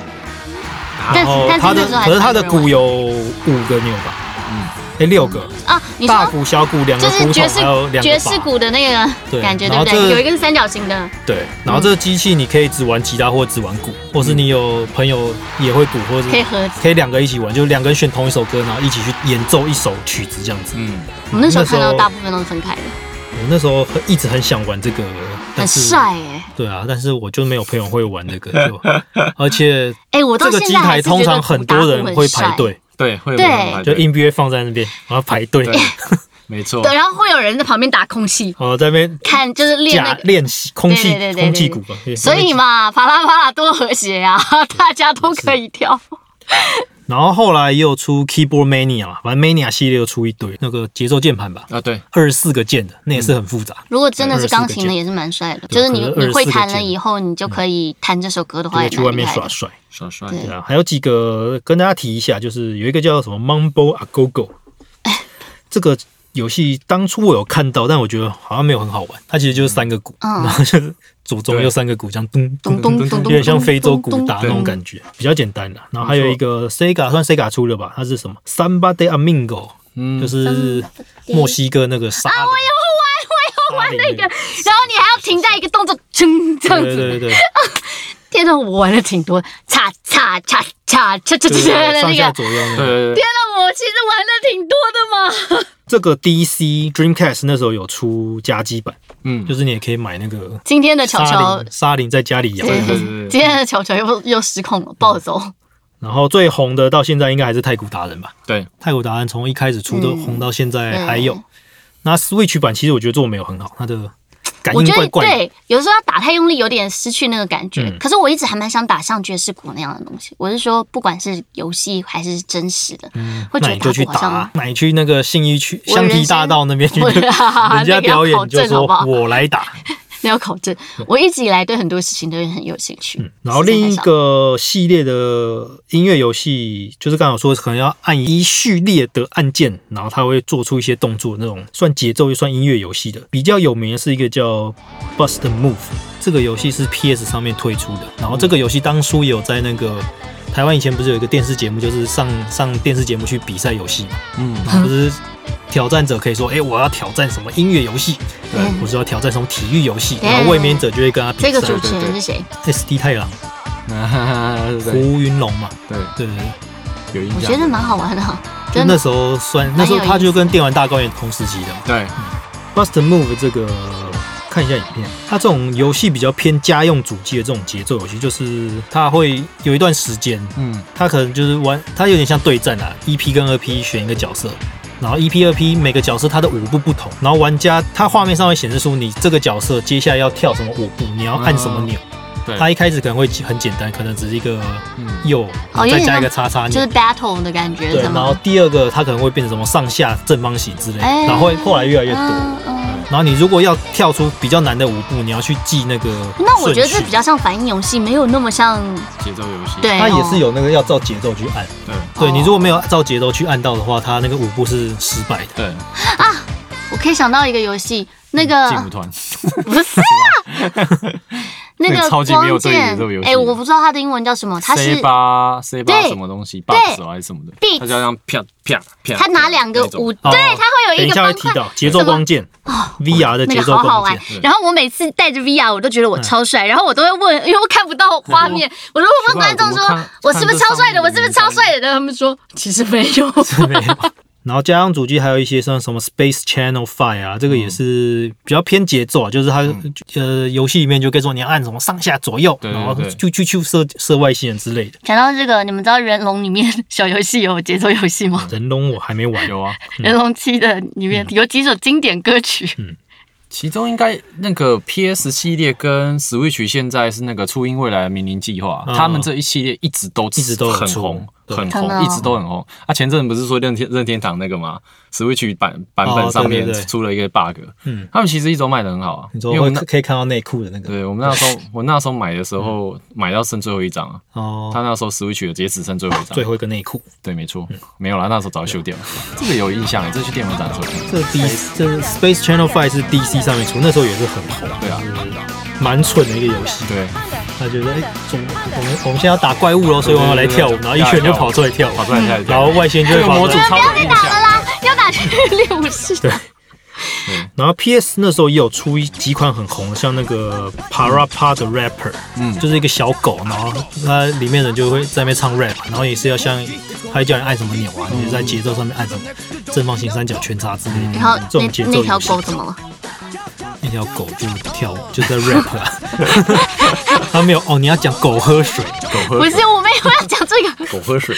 Speaker 4: 但
Speaker 2: 然后
Speaker 4: 但是
Speaker 2: 它的
Speaker 4: 那时候还
Speaker 2: 可是它的
Speaker 4: 蛮多人玩
Speaker 2: 鼓有五个钮吧？嗯，哎，六个，
Speaker 4: 啊，你
Speaker 2: 大
Speaker 4: 说。
Speaker 2: 鼓、小鼓两
Speaker 4: 就
Speaker 2: 个
Speaker 4: 是
Speaker 2: 鼓
Speaker 4: 爵
Speaker 2: 筒，
Speaker 4: 士
Speaker 2: 还有两个
Speaker 4: 爵士
Speaker 2: 把
Speaker 4: 鼓的那个
Speaker 2: 对
Speaker 4: 感觉，对
Speaker 2: 然
Speaker 4: 不
Speaker 2: 后这
Speaker 4: 对？
Speaker 2: 嗯
Speaker 4: 有一个是三角形的，
Speaker 2: 对，然后这个机器你可以只玩吉他或者只玩鼓，或是你有朋友也会鼓，或者
Speaker 4: 可以合。
Speaker 2: 可以两个一起玩，就两个人选同一首歌，然后一起去演奏一首曲子这样子。
Speaker 3: 嗯，
Speaker 4: 我那时候看
Speaker 2: 那
Speaker 4: 到
Speaker 2: 时候
Speaker 4: 大部分都是分开的，
Speaker 2: 我那时候很一直很想玩这个，
Speaker 4: 很
Speaker 2: 但是
Speaker 4: 帅哎。
Speaker 2: 对啊，但是我就没有朋友会玩这个，就而且
Speaker 4: 哎、我到
Speaker 2: 这个
Speaker 4: 现
Speaker 2: 机
Speaker 4: 在还
Speaker 2: 台
Speaker 4: 是
Speaker 2: 通
Speaker 4: 觉得
Speaker 2: 常
Speaker 4: 古
Speaker 2: 很
Speaker 4: 达
Speaker 2: 多
Speaker 4: 古
Speaker 2: 人
Speaker 4: 很
Speaker 2: 会排
Speaker 4: 帅，
Speaker 2: 队，
Speaker 3: 对，会有
Speaker 4: 对
Speaker 3: 人排
Speaker 2: 就
Speaker 3: 队
Speaker 2: NBA 放在那边，然后排队，
Speaker 3: 对，没错，
Speaker 4: 对，然后会有人在旁边打空
Speaker 2: *laughs*
Speaker 4: 气，
Speaker 2: 哦，在那边
Speaker 4: 看就是练那
Speaker 2: 假
Speaker 4: 个。
Speaker 2: 练习空气
Speaker 4: 对对对对
Speaker 2: 空气
Speaker 4: 对
Speaker 2: 鼓吧，对
Speaker 4: 所以嘛，啪啦啪啦多和谐啊， *laughs* 大家都可以跳。
Speaker 2: 然后后来也有出 Keyboard Mania 嘛，反正 Mania 系列又出一堆那个节奏键盘吧，
Speaker 3: 啊对，
Speaker 2: 二十四个键的，那也是很复杂。
Speaker 4: 如果真的是钢
Speaker 2: 24
Speaker 4: 琴
Speaker 2: 个
Speaker 4: 的，
Speaker 2: 键
Speaker 4: 也是蛮帅的。就是你
Speaker 2: 可
Speaker 4: 你
Speaker 2: 能
Speaker 4: 会
Speaker 2: 24个
Speaker 4: 弹了
Speaker 2: 键
Speaker 4: 以后，你就可以弹这首歌的话，
Speaker 2: 对，
Speaker 4: 也
Speaker 2: 去外
Speaker 4: 蛮厉
Speaker 2: 面
Speaker 4: 害
Speaker 2: 耍
Speaker 4: 的。
Speaker 2: 帅。
Speaker 3: 耍帅，
Speaker 4: 对
Speaker 2: 对啊，还有几个跟大家提一下，就是有一个叫什么 Mumbo a Go
Speaker 4: *laughs*
Speaker 2: Go，这个游戏当初我有看到，但我觉得好像没有很好玩。它其实就是三个鼓，
Speaker 4: 嗯
Speaker 2: 然后就是左中右
Speaker 3: 对
Speaker 2: 三个鼓，这样咚
Speaker 4: 咚咚咚咚，
Speaker 2: 有点像非洲鼓打那
Speaker 4: 咚
Speaker 2: 种感觉，比较简单的。然后还有一个 Sega 算 Sega 出的吧，它是什么 Samba de Amigo，
Speaker 3: 嗯
Speaker 2: 就，是墨西哥那个沙啊，我有玩，我有玩那个，
Speaker 4: 然后你还要停在一个动作，噌这样
Speaker 2: 对对
Speaker 4: 子。
Speaker 2: 对对，
Speaker 4: 天呐，我玩的挺多，叉叉叉叉叉叉叉
Speaker 2: 就
Speaker 4: 叉
Speaker 2: 是上
Speaker 4: 的那
Speaker 2: 下
Speaker 4: 个。
Speaker 2: 左右那个。
Speaker 3: 对对对，
Speaker 4: 那我其实玩的挺多的嘛。
Speaker 2: 这个 DC Dreamcast 那时候有出加机版，
Speaker 3: 嗯，
Speaker 2: 就是你也可以买那个
Speaker 4: 今天的球
Speaker 2: 沙
Speaker 4: 球
Speaker 2: 林，沙林在家里摇。
Speaker 4: 对
Speaker 3: 对对对
Speaker 4: 今天的球球又又失控了，暴走。
Speaker 2: 嗯然后最红的到现在应该还是太古达人吧？
Speaker 3: 对，
Speaker 2: 太古达人从一开始出的
Speaker 4: 嗯
Speaker 2: 红到现在还
Speaker 4: 对
Speaker 2: 有。那 Switch 版其实我觉得做得没有很好，它的感
Speaker 4: 我
Speaker 2: 应
Speaker 4: 觉
Speaker 2: 怪
Speaker 4: 得
Speaker 2: 怪的。
Speaker 4: 对，有时候要打太用力，有点失去那个感觉。
Speaker 2: 嗯
Speaker 4: 可是我一直还蛮想打像爵士鼓那样的东西。我是说，不管是游戏还是真实的，会
Speaker 2: 嗯那
Speaker 4: 觉得
Speaker 2: 你就
Speaker 4: 打
Speaker 2: 去
Speaker 4: 鼓好
Speaker 2: 打
Speaker 4: 像
Speaker 2: 啊，那你去那个信义区
Speaker 4: 我人
Speaker 2: 香
Speaker 4: 生
Speaker 2: 堤大道那边去，*laughs*
Speaker 4: 我
Speaker 2: 人家表演
Speaker 4: 那个要考
Speaker 2: 你就
Speaker 4: 证好
Speaker 2: 说
Speaker 4: 不好
Speaker 2: 我来
Speaker 4: *laughs*
Speaker 2: 打。
Speaker 4: 那要考证。我一直以来对很多事情都很有兴趣。
Speaker 2: 嗯然后
Speaker 4: 时间
Speaker 2: 另
Speaker 4: 太
Speaker 2: 一
Speaker 4: 少
Speaker 2: 个系列的音乐游戏，就是刚刚有说可能要按一序列的按键，然后它会做出一些动作，那种算节奏又算音乐游戏的。比较有名的是一个叫 Bust Move，这个游戏是 PS 上面推出的。然后这个游戏当初也有在那个台湾以前不是有一个电视节目，就是上上电视节目去比赛游戏嘛，
Speaker 3: 嗯，
Speaker 2: 然后不是挑战者可以说，哎、我要挑战什么音乐游戏，
Speaker 3: 对
Speaker 4: 嗯
Speaker 2: 我是要挑战什么体育游戏，
Speaker 4: 对
Speaker 2: 然后卫冕者就会跟他比赛。
Speaker 4: 这个主持人是谁？
Speaker 2: SD 太郎、
Speaker 3: 对
Speaker 2: 胡云龙嘛，
Speaker 3: 对，
Speaker 2: 对对对。
Speaker 3: 有印
Speaker 4: 我
Speaker 3: 象
Speaker 4: 觉。得蛮好玩的哦，
Speaker 2: 就
Speaker 4: 真
Speaker 2: 那
Speaker 4: 的。
Speaker 2: 时候算，那时候他就跟电玩大高原同时期的嘛。
Speaker 3: 对，
Speaker 2: Bust Move 这个看一下影片，它这种游戏比较偏家用主机的这种节奏游戏，就是它会有一段时间，
Speaker 3: 嗯，
Speaker 2: 它可能就是玩，它有点像对战啊，一 P 跟二 P 选一个角色。然后一 P 二 P 每个角色它的舞步不同，然后玩家他画面上会显示出你这个角色接下来要跳什么舞步，你要按什么钮。
Speaker 3: 啊对，
Speaker 2: 它一开始可能会很简单，可能只是一个
Speaker 3: 嗯，
Speaker 2: 右，
Speaker 4: 哦有
Speaker 2: 再
Speaker 4: 点
Speaker 2: 加
Speaker 4: 像
Speaker 2: 一个叉叉钮，
Speaker 4: 就是 battle 的感觉，
Speaker 2: 对，
Speaker 4: 怎
Speaker 2: 然后
Speaker 4: 么？
Speaker 2: 第二个它可能会变成什么上下正方形之类的，
Speaker 4: 哎
Speaker 2: 然后会后来越来越多。
Speaker 4: 嗯嗯。
Speaker 2: 然后你如果要跳出比较难的舞步，你要去记那个
Speaker 4: 那我觉得这
Speaker 2: 顺序
Speaker 4: 比较像反应游戏，没有那么像
Speaker 3: 节奏游戏。
Speaker 4: 对。哦
Speaker 2: 它也是
Speaker 4: 有
Speaker 2: 有那个要照节奏去按。
Speaker 3: 对
Speaker 2: 对
Speaker 4: 哦
Speaker 2: 你如果没有照节奏去按到的话，它那个舞步是失败的。
Speaker 3: 对，
Speaker 4: 我可以想到一个游戏，那个
Speaker 3: 劲舞团，
Speaker 4: *laughs* 不是啊，那
Speaker 3: 那个
Speaker 4: 个
Speaker 3: 超级没有
Speaker 4: 光
Speaker 3: 对比
Speaker 4: 剑
Speaker 3: 这个游，戏
Speaker 4: 哎，我不知道它的英文叫什么，它
Speaker 3: C
Speaker 4: 是
Speaker 3: 八 C 八
Speaker 4: 对
Speaker 3: 什么东西，box 哦还是什么的，它
Speaker 4: Beats
Speaker 3: 就这样啪啪啪。
Speaker 4: 它拿两个
Speaker 3: 那种
Speaker 4: 舞，对，
Speaker 2: 哦
Speaker 4: 它会有
Speaker 2: 等
Speaker 4: 一
Speaker 2: 一
Speaker 4: 个
Speaker 2: 下会
Speaker 4: 方
Speaker 2: 提
Speaker 4: 块，哦
Speaker 2: 到节奏光剑，VR 的
Speaker 4: 那
Speaker 2: 节
Speaker 4: 个
Speaker 2: 奏
Speaker 4: 好好
Speaker 2: 光
Speaker 4: 玩
Speaker 2: *laughs* 剑。。
Speaker 4: 然后我每次带着 VR，我都觉得我超帅，然后我都会问，因为我看不到画面，我都会问观众
Speaker 3: 奇怪我
Speaker 4: 说
Speaker 3: 看，
Speaker 4: 我是不是超帅
Speaker 3: 看这上面
Speaker 4: 的？我是不是超帅的？然后他们说其实没有。
Speaker 2: 没有。然后家用主机还有一些像什么 Space Channel Five 啊，这个
Speaker 3: 嗯
Speaker 2: 也是比较偏节奏啊，就是它、呃游戏里面就可以说你要按什么上下左右，
Speaker 3: 对对
Speaker 2: 然后
Speaker 3: 对
Speaker 2: 就去去射射外星人之类的。
Speaker 4: 讲到这个，你们知道人龙里面 *laughs* 小游戏有节奏游戏吗？
Speaker 2: 人龙我还没玩，
Speaker 3: 有啊，
Speaker 4: 人龙七的里面有几首经典歌曲，
Speaker 3: 其中应该那个 PS 系列跟 Switch 现在是那个初音未来的明年计划，
Speaker 2: 嗯
Speaker 3: 他们这一系列一直都一
Speaker 2: 直都有
Speaker 3: 很
Speaker 2: 出
Speaker 3: 红，
Speaker 2: 对
Speaker 3: 很
Speaker 4: 真的
Speaker 3: 红，
Speaker 4: 哦
Speaker 3: 一直都很红。啊，前阵子不是说任天任天堂那个吗？Switch 版版
Speaker 2: 哦
Speaker 3: 本上面
Speaker 2: 对对对
Speaker 3: 出了一个 bug，
Speaker 2: 嗯，
Speaker 3: 他们其实一直都卖的很好啊，
Speaker 2: 你
Speaker 3: 因
Speaker 2: 说
Speaker 3: 为我
Speaker 2: 会
Speaker 3: 们那
Speaker 2: 可以看到内裤的那个
Speaker 3: 对我们那时 *laughs* 候我那时候买的时候买到剩最后一张啊，他
Speaker 2: 哦，
Speaker 3: 那时候 Switch 的也只剩最后一张
Speaker 2: 最，后一个内裤，
Speaker 3: 对，嗯没错，没有啦，那时候早就修掉了。这个有印象，这是去电玩展的时候看的，
Speaker 2: 这 D 这 Space Channel Five 是 DC 上面出，那时候也是很红，
Speaker 3: 对啊，
Speaker 2: 蛮蠢的一个游戏。
Speaker 3: 对，
Speaker 2: 他觉得哎，怎么我们我们现在要打怪物喽，所以我们要来跳舞，然后一群人就跑出来跳舞，嗯
Speaker 3: 跑出来一下，
Speaker 2: 然后外星人就
Speaker 3: 这
Speaker 2: 会
Speaker 3: 个
Speaker 2: 跑
Speaker 3: 模
Speaker 2: 出
Speaker 3: 组
Speaker 2: 来
Speaker 3: 超有印象。
Speaker 4: 啦，要打去练武 *laughs* 士。
Speaker 2: 然后 PS 那时候也有出一几款很红的，像那个 Parappa 的 rapper，嗯，就是一个小狗，然后它里面人就会在那边唱 rap，然后也是要像它会叫你按什么钮啊，你就在节奏上面按什么正方形、三角、圈叉之类的。
Speaker 4: 然后
Speaker 2: 这
Speaker 4: 那
Speaker 2: 种节奏
Speaker 4: 那
Speaker 2: 游戏
Speaker 4: 条狗怎么了？
Speaker 2: 那条狗就跳舞，就在 rap 啊。 *laughs* 它没有哦，你要讲狗喝水，
Speaker 3: 狗喝
Speaker 4: 不
Speaker 3: 水，
Speaker 4: 是，我没有要讲这个。
Speaker 3: 狗喝水，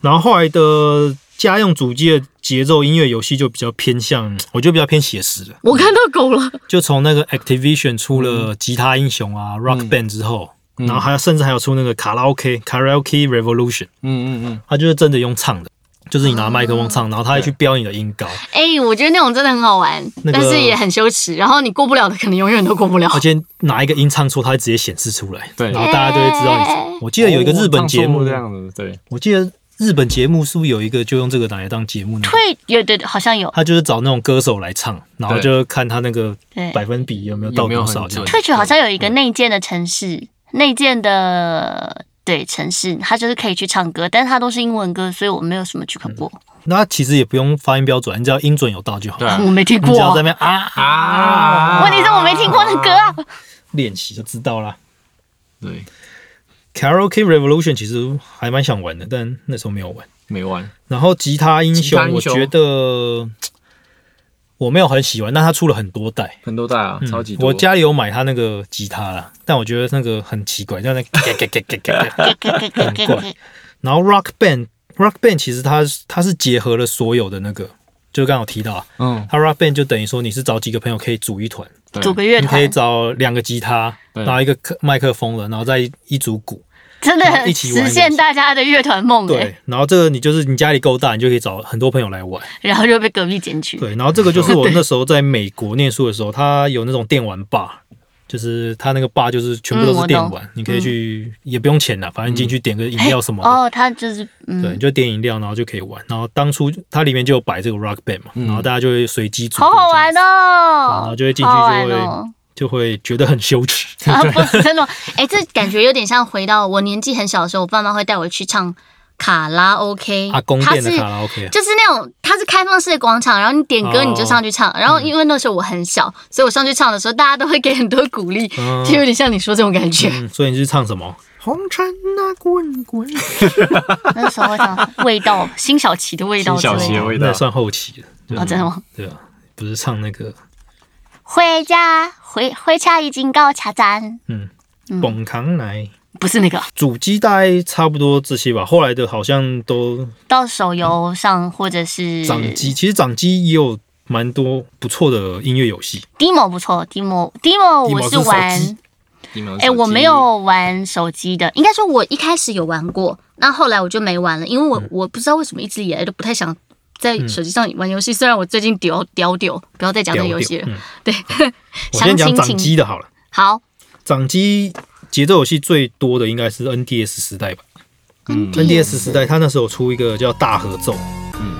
Speaker 2: 然后后来的家用主机的节奏音乐游戏就比较偏向，我觉得比较偏写实的。
Speaker 4: 我看到狗了，
Speaker 2: 就从那个 Activision 出了吉他英雄啊、Rock Band 之后，
Speaker 3: 嗯
Speaker 2: 然后还有甚至还有出那个卡拉 OK Karaoke Revolution，
Speaker 3: 嗯嗯嗯，
Speaker 2: 它就是真的用唱的，就是你拿麦克风
Speaker 3: 啊
Speaker 2: 唱，然后它还去标你的音高，
Speaker 4: *laughs* 哎、我觉得那种真的很好玩，
Speaker 2: 那个
Speaker 4: 但是也很羞耻。然后你过不了的，可能永远都过不了。
Speaker 2: 而且哪一个音唱错，它会直接显示出来，
Speaker 3: 对
Speaker 2: 然后大家就会知道你
Speaker 4: 哎。
Speaker 2: 我记得有一个日本节目，
Speaker 3: 哦这样子，对，
Speaker 2: 我记得日本节目是不是有一个就用这个拿来当节目呢？
Speaker 4: 对，有对，对好像有。
Speaker 2: 他就是找那种歌手来唱，然后
Speaker 3: 对
Speaker 2: 就看他那个
Speaker 4: 对
Speaker 2: 百分比有没有到
Speaker 3: 有没有
Speaker 2: 多
Speaker 3: 很
Speaker 2: 少这样
Speaker 3: 准。
Speaker 4: Twitch 好像有一个内建的城市，内建的对城市，它就是可以去唱歌，但是它都是英文歌，所以我没有什么去看过，
Speaker 2: 那他其实也不用发音标准，你只要音准有到就好。 *laughs*
Speaker 3: 对啊
Speaker 4: 我没听
Speaker 2: 你只要在那边
Speaker 4: 过。
Speaker 2: 啊
Speaker 3: 啊
Speaker 4: 问题是我没听过的歌啊，
Speaker 2: 练习就知道啦。
Speaker 3: 对，
Speaker 2: Karaoke Revolution 其实还蛮想玩的，但那时候没有玩。
Speaker 3: 没玩，
Speaker 2: 然后吉他英
Speaker 3: 吉他
Speaker 2: 雄，
Speaker 3: 英
Speaker 2: 我
Speaker 3: 雄
Speaker 2: 觉得我没有很喜欢，但它出了很多代，
Speaker 3: 很多代啊，超级
Speaker 2: 嗯
Speaker 3: 多。
Speaker 2: 我家里有买它那个吉他啦，但我觉得那个 *laughs* 很奇怪，就在那嘎嘎嘎嘎嘎嘎。
Speaker 4: *laughs*
Speaker 2: 很嗯怪然后 Rock Band Rock Band 其实它是它是结合了所有的那个，就刚刚有提到啊，
Speaker 3: 嗯，
Speaker 2: 它 Rock Band 就等于说你是找几个朋友可以组一团，
Speaker 3: 对
Speaker 4: 组个乐
Speaker 2: 你可以
Speaker 4: 团，
Speaker 2: 找两个吉他，
Speaker 3: 对
Speaker 2: 然后一个克麦克风了，然后再一一组鼓，
Speaker 4: 真
Speaker 2: 然后
Speaker 4: 的
Speaker 2: 一起玩
Speaker 4: 实现大家的乐团梦哎
Speaker 2: 对，，然后这个你就是你家里够大，你就可以找很多朋友来玩，
Speaker 4: 然后就被隔壁检举。
Speaker 2: 对，然后这个就是我那时候在美国念书的时候，它有那种电玩吧。就是它那个吧，就是全部都
Speaker 4: 嗯
Speaker 2: 是
Speaker 4: 我
Speaker 2: 电
Speaker 4: 懂
Speaker 2: 玩，你可以去，也不用钱啦，反正进去点个饮料什么的，
Speaker 4: 哦，他就是
Speaker 2: 对，你
Speaker 4: 嗯，
Speaker 2: 就点饮料，然后就可以玩。然后当初它里面就有摆这个 Rock Band 嘛，然后大家就会随机组队
Speaker 4: 嗯好
Speaker 2: 这样子，
Speaker 4: 好玩
Speaker 2: 对然
Speaker 4: 哦
Speaker 2: 后，就会进去
Speaker 4: 好
Speaker 2: 就
Speaker 4: 好玩
Speaker 2: 会、
Speaker 4: 哦。
Speaker 2: 就会觉得很羞耻。
Speaker 4: 啊， *laughs* 不是真的吗，哎、这感觉有点像回到我年纪很小的时候，我爸妈会带我去唱卡拉
Speaker 2: *laughs*
Speaker 4: OK，
Speaker 2: 阿公
Speaker 4: 它
Speaker 2: 店
Speaker 4: 嗯是
Speaker 2: 的卡拉 OK，啊
Speaker 4: 就是那种它是开放式的广场，然后你点歌
Speaker 2: 哦
Speaker 4: 你就上去唱，然后因为那时候我很小，所以我上去唱的时候，大家都会给很多鼓励，
Speaker 2: 嗯
Speaker 4: 就有点像你说这种感觉。
Speaker 2: 嗯，所以你是唱什么？红尘啊滚滚，
Speaker 4: 那时候会唱味 *laughs* 道，辛晓琪的味道
Speaker 3: 辛
Speaker 4: 之
Speaker 3: 晓
Speaker 4: 类
Speaker 3: 琪
Speaker 4: 的
Speaker 3: 的。味
Speaker 2: 那
Speaker 3: 道
Speaker 2: 也，算后期了。对
Speaker 4: 哦，真的吗？
Speaker 2: 对啊，不是唱那个
Speaker 1: 回家回回家已经到车站，
Speaker 2: 嗯，蹦扛来。
Speaker 4: 不是那个，
Speaker 2: 主机大概差不多这些吧，后来的好像都
Speaker 4: 到手游上或者是
Speaker 2: 掌机，其实掌机也有蛮多不错的音乐游戏。
Speaker 4: Demo 不错，Demo Demo 我
Speaker 2: Demo
Speaker 4: 是
Speaker 2: 是手
Speaker 4: 玩
Speaker 2: 机
Speaker 4: 哎、
Speaker 3: 哎
Speaker 4: 我没有玩手机的，应该说我一开始有玩过，那后来我就没玩了，因为我、我不知道为什么一直以来都不太想在手机上玩游戏。虽然我最近屌屌屌，不要再讲这
Speaker 2: 屌屌
Speaker 4: 个游戏了。
Speaker 2: 嗯，
Speaker 4: 对，
Speaker 2: 我先讲
Speaker 4: 详
Speaker 2: 掌
Speaker 4: 情
Speaker 2: 机的好了，
Speaker 4: 好，
Speaker 2: 掌机节奏游戏最多的应该是 NDS 时代吧。
Speaker 3: 嗯
Speaker 2: NDS 时代，它那时候有出一个叫大合奏，
Speaker 3: 嗯，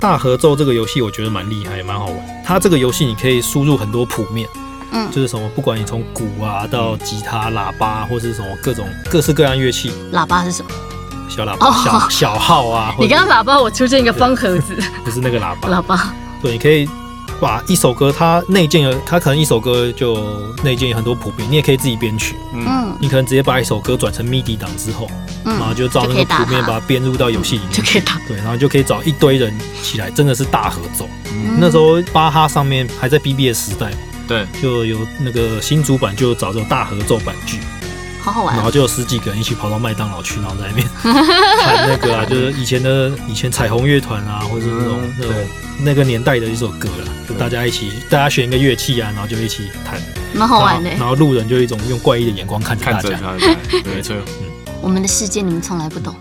Speaker 2: 大合奏这个游戏我觉得蛮厉害，也蛮好玩。它这个游戏你可以输入很多谱面，
Speaker 4: 嗯
Speaker 2: 就是什么，不管你从鼓啊到吉他、喇叭，或是什么各种各式各样乐器，
Speaker 4: 喇叭是什么？
Speaker 2: 小喇叭、小小号
Speaker 4: *laughs*
Speaker 2: 啊，或
Speaker 4: 哦你
Speaker 2: 者
Speaker 4: 刚刚喇叭，我出现一个方盒子，
Speaker 2: 不是那个喇叭，
Speaker 4: 喇叭。
Speaker 2: 对，你可以把一首歌它内建的，它可能一首歌就内建很多谱面，你也可以自己编曲，
Speaker 4: 嗯，
Speaker 2: 你可能直接把一首歌转成 MIDI 档之后，
Speaker 4: 嗯
Speaker 2: 然后就照那
Speaker 4: 就可以
Speaker 2: 个
Speaker 4: 打
Speaker 2: 谱面
Speaker 4: 它
Speaker 2: 把它编入到游戏里面
Speaker 4: 就可以打。
Speaker 2: 对，然后就可以找一堆人起来，真的是大合奏。
Speaker 4: 嗯
Speaker 2: 那时候巴哈上面还在 BBS 时代，
Speaker 3: 对，
Speaker 2: 就有那个新主版就找这种大合奏版剧，
Speaker 4: 好好玩
Speaker 2: 然
Speaker 4: 哦。
Speaker 2: 后就有十几个人一起跑到麦当劳去，然后在那
Speaker 4: *laughs*
Speaker 2: 边看那个啊，就是以前的以前彩虹乐团啊，或者是那种
Speaker 3: 嗯
Speaker 2: 那种
Speaker 3: 对
Speaker 2: 那个年代的一首歌啦，就
Speaker 3: 对
Speaker 2: 大家一起，大家选一个乐器啊，然后就一起弹，
Speaker 4: 蛮好玩的欸
Speaker 2: 然后。然后路人就有一种用怪异的眼光看着大
Speaker 3: 看着
Speaker 2: 家。
Speaker 3: 他，对，没错，
Speaker 4: 我们的世界你们从来不懂。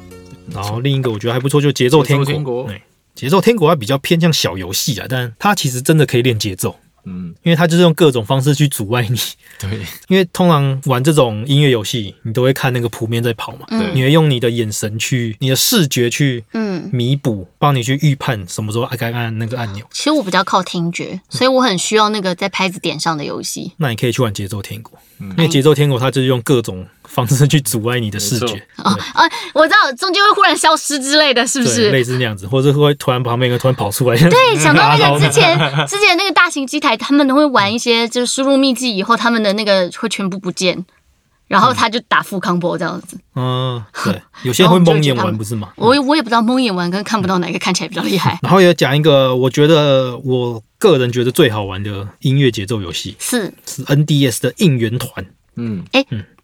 Speaker 2: 然后另一个我觉得还不错，就节奏天
Speaker 3: 节奏天
Speaker 2: 国。
Speaker 3: 国
Speaker 2: 对，节奏天国它比较偏向小游戏啊，但它其实真的可以练节奏，
Speaker 3: 嗯，
Speaker 2: 因为它就是用各种方式去阻碍你。 *laughs*
Speaker 3: 对，
Speaker 2: 因为通常玩这种音乐游戏，你都会看那个谱面在跑嘛，
Speaker 3: 对
Speaker 2: 你会用你的眼神去、你的视觉去
Speaker 4: 嗯，
Speaker 2: 弥补，帮你去预判什么时候该按那个按钮。
Speaker 4: 其实我比较靠听觉，所以我很需要那个在拍子点上的游戏。
Speaker 2: 那你可以去玩节奏天国，
Speaker 3: 嗯
Speaker 2: 因为节奏天国它就是用各种方式去阻碍你的视觉
Speaker 3: 没错，
Speaker 4: 哦啊， *laughs* 我知道中间会忽然消失之类的，是不
Speaker 2: 对，
Speaker 4: 是？
Speaker 2: 类似那样子，或者会突然旁边一个突然跑出来，对，
Speaker 4: 对，
Speaker 2: *laughs*
Speaker 4: 想到那个之前
Speaker 2: 嗯
Speaker 4: 之前那个大型机台，他们都会玩一些，就是输入秘籍以后，他们的那个会全部不见，然后他就打副 combo 这样子。
Speaker 2: 嗯，对，有些人会蒙眼玩不是吗？
Speaker 4: 我也我也不知道蒙眼玩跟看不到哪个看起来比较厉害。
Speaker 2: 然后也讲一个，我觉得我个人觉得最好玩的音乐节奏游戏
Speaker 4: 嗯是
Speaker 2: 是 NDS 的应援团，
Speaker 3: 嗯，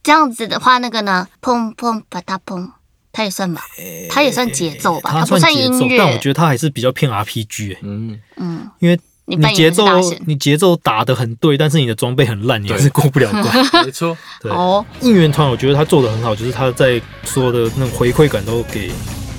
Speaker 4: 这样子的话，那个呢，砰砰吧嗒砰，它也算吧，它也算节奏吧，
Speaker 2: 它
Speaker 4: 不
Speaker 2: 算
Speaker 4: 算
Speaker 2: 节奏
Speaker 4: 音，
Speaker 2: 但我
Speaker 4: 乐。
Speaker 2: 觉得它还是比较偏 RPG，、欸、
Speaker 3: 嗯，
Speaker 4: 嗯，
Speaker 2: 因为
Speaker 4: 你
Speaker 2: 你
Speaker 4: 扮演
Speaker 2: 节
Speaker 4: 的是
Speaker 2: 奏
Speaker 4: 大神
Speaker 2: 你节奏打得很对，但是你的装备很烂，你还是过
Speaker 4: *laughs*
Speaker 2: 不了关。
Speaker 3: 没错，
Speaker 2: 对，
Speaker 4: 哦，
Speaker 2: 应援团我觉得他做的很好，就是他在所有的那种回馈感都给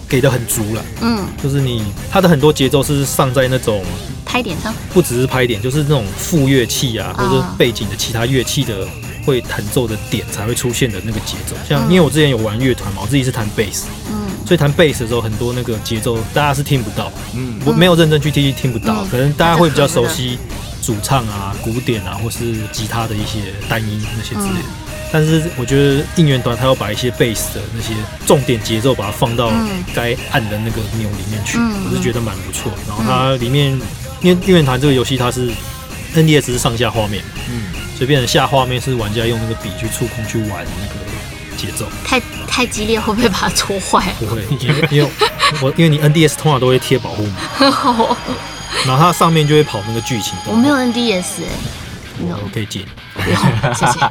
Speaker 2: 给的很足了，
Speaker 4: 嗯，
Speaker 2: 就是你他的很多节奏是上在那种
Speaker 4: 拍点上，
Speaker 2: 不只是拍点，就是那种副乐器啊，或
Speaker 4: 啊
Speaker 2: 者背景的其他乐器的会弹奏的点才会出现的那个节奏。像因为我之前有玩乐团嘛，我自己是弹贝斯，
Speaker 4: 嗯，
Speaker 2: 所以弹贝斯的时候很多那个节奏大家是听不到，
Speaker 3: 嗯，
Speaker 2: 我没有认真去听听不到，
Speaker 4: 嗯
Speaker 2: 可能大家会比较熟悉主唱啊、鼓点啊，或是吉他的一些单音那些之类的。但是我觉得应援团他要把一些贝斯的那些重点节奏把它放到
Speaker 4: 嗯
Speaker 2: 该按的那个钮里面去，
Speaker 4: 嗯
Speaker 2: 我是觉得蛮不错。然后它里面，因为应援团这个游戏它是 NDS 是上下画面，
Speaker 3: 嗯，
Speaker 2: 所以变成下画面是玩家用那个笔去触控去玩那个节奏。
Speaker 4: 太太激烈会不会把它戳坏？
Speaker 2: 不会，因为因为我 *laughs* 因为你 NDS 通常都会贴保护
Speaker 4: *laughs*
Speaker 2: 膜，然后它上面就会跑那个剧情。
Speaker 4: 我没有 NDS 哎、
Speaker 2: 我，我可以借你，
Speaker 4: 不用，谢谢。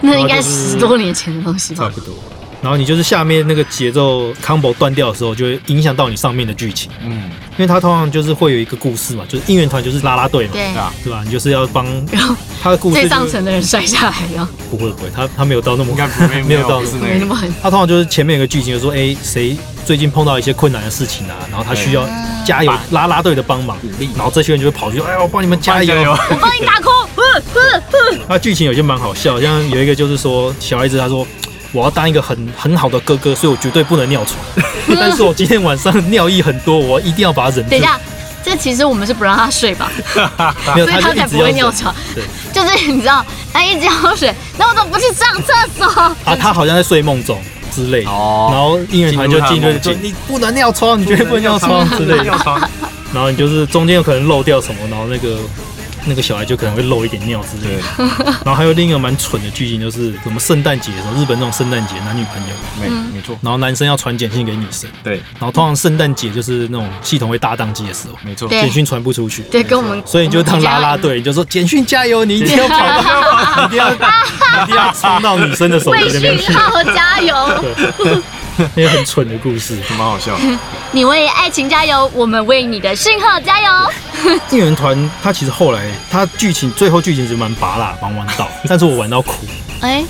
Speaker 4: 那应该十多年前的东西
Speaker 2: 差
Speaker 4: 吧？
Speaker 2: 不多。然后你就是下面那个节奏 combo 断掉的时候，就会影响到你上面的剧情，
Speaker 3: 嗯，
Speaker 2: 因为它通常就是会有一个故事嘛，就是应援团就是啦啦队嘛，
Speaker 4: 对
Speaker 3: 对，啊，
Speaker 2: 对吧？你就是要帮
Speaker 4: *laughs* 然后
Speaker 2: 他的故事、就
Speaker 4: 最
Speaker 2: 是，
Speaker 4: 上层的人摔下来，然后
Speaker 2: 不会不会，他他没有到那么
Speaker 3: 应该不会
Speaker 2: 没有到
Speaker 3: 不是
Speaker 4: 没
Speaker 3: 那
Speaker 4: 那
Speaker 3: 个，
Speaker 4: 么狠。
Speaker 2: 他通常就是前面有个剧情，就说哎、谁最近碰到一些困难的事情啊，然后他需要加油拉拉队的帮忙，
Speaker 3: 力
Speaker 2: 然后这些人就会跑去哎我嗯帮你们加油。 *laughs*
Speaker 3: 油！
Speaker 4: 我帮你打 call，嗯嗯嗯
Speaker 2: 那剧情有些蛮好笑，像有一个就是说小孩子他说。我要当一个很很好的哥哥，所以我绝对不能
Speaker 4: *laughs*
Speaker 2: 尿床。但是我今天晚上尿意很多，我一定要把它忍住。
Speaker 4: 等一下，这其实我们是不让他睡吧，
Speaker 2: 没有，
Speaker 4: 所以
Speaker 2: 就
Speaker 4: 他
Speaker 2: 一直
Speaker 4: 才不会
Speaker 2: 要忍
Speaker 4: 尿床。
Speaker 2: 对
Speaker 4: 就是你知道，他一直要水，那我怎么不去上厕
Speaker 2: *laughs*
Speaker 4: 所？
Speaker 2: 啊，他好像在睡梦中之类的。
Speaker 3: 哦
Speaker 2: 然后音乐团就进
Speaker 3: 进入他
Speaker 2: 去，
Speaker 3: 的梦
Speaker 2: 就
Speaker 3: 境
Speaker 2: 你不能尿床，你绝对不能尿床之类的。
Speaker 3: *laughs* 床，
Speaker 2: 然后你就是中间有可能漏掉什么，然后那个那个小孩就可能会漏一点尿之类的。 *laughs* 然后还有另一个蛮蠢的剧情，就是什么圣诞节的时候，日本那种圣诞节男女朋友，
Speaker 3: 没
Speaker 4: 嗯
Speaker 3: 没错，
Speaker 2: 然后男生要传简讯给女生，
Speaker 3: 对，
Speaker 2: 然后通常圣诞节就是那种系统会大宕机的时候，
Speaker 3: 没错，
Speaker 4: 对
Speaker 2: 简讯传不出去。
Speaker 4: 对，跟呃我们
Speaker 2: 所以你就当啦啦队，你就说简讯加油，你一定要跑到，你一定要，你一定要冲到女生的手
Speaker 4: 为
Speaker 2: 机那边
Speaker 4: 讯
Speaker 2: 去。
Speaker 4: 号加油，
Speaker 2: 那个很蠢的故事。
Speaker 3: 蛮好笑。
Speaker 4: 嗯你为爱情加油，我们为你的讯号加油。
Speaker 2: 应援团它其实后来它剧情最后剧情是蛮拔辣，蛮玩到，但是我玩到哭，
Speaker 4: 哎，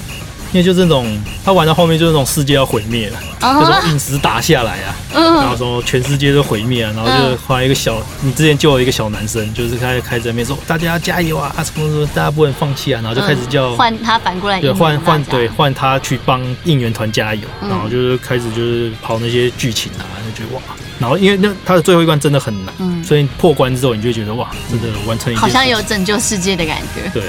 Speaker 2: 因为就是那种他玩到后面就是那种世界要毁灭了，
Speaker 4: 啊
Speaker 2: 就
Speaker 4: 哈
Speaker 2: 是陨石打下来啊，然后
Speaker 4: 嗯，
Speaker 2: 什么全世界都毁灭啊，然后就是后来一个小，你之前救了一个小男生，就是开始开始在那边说哦大家要加油啊，啊什么什么，大家不能放弃啊，然后就开始叫。
Speaker 4: 换他反过来
Speaker 2: 对，
Speaker 4: 赢
Speaker 2: 换
Speaker 4: 大
Speaker 2: 换
Speaker 4: 家
Speaker 2: 对换他去帮应援团加油，
Speaker 4: 嗯
Speaker 2: 然后就是开始就是跑那些剧情啊，就觉得哇，然后因为那他的最后一关真的很难，
Speaker 4: 嗯
Speaker 2: 所以破关之后你就会觉得哇，真的完成一件
Speaker 4: 好像
Speaker 2: 事情
Speaker 4: 有拯救世界的感觉。 *laughs*
Speaker 2: 对，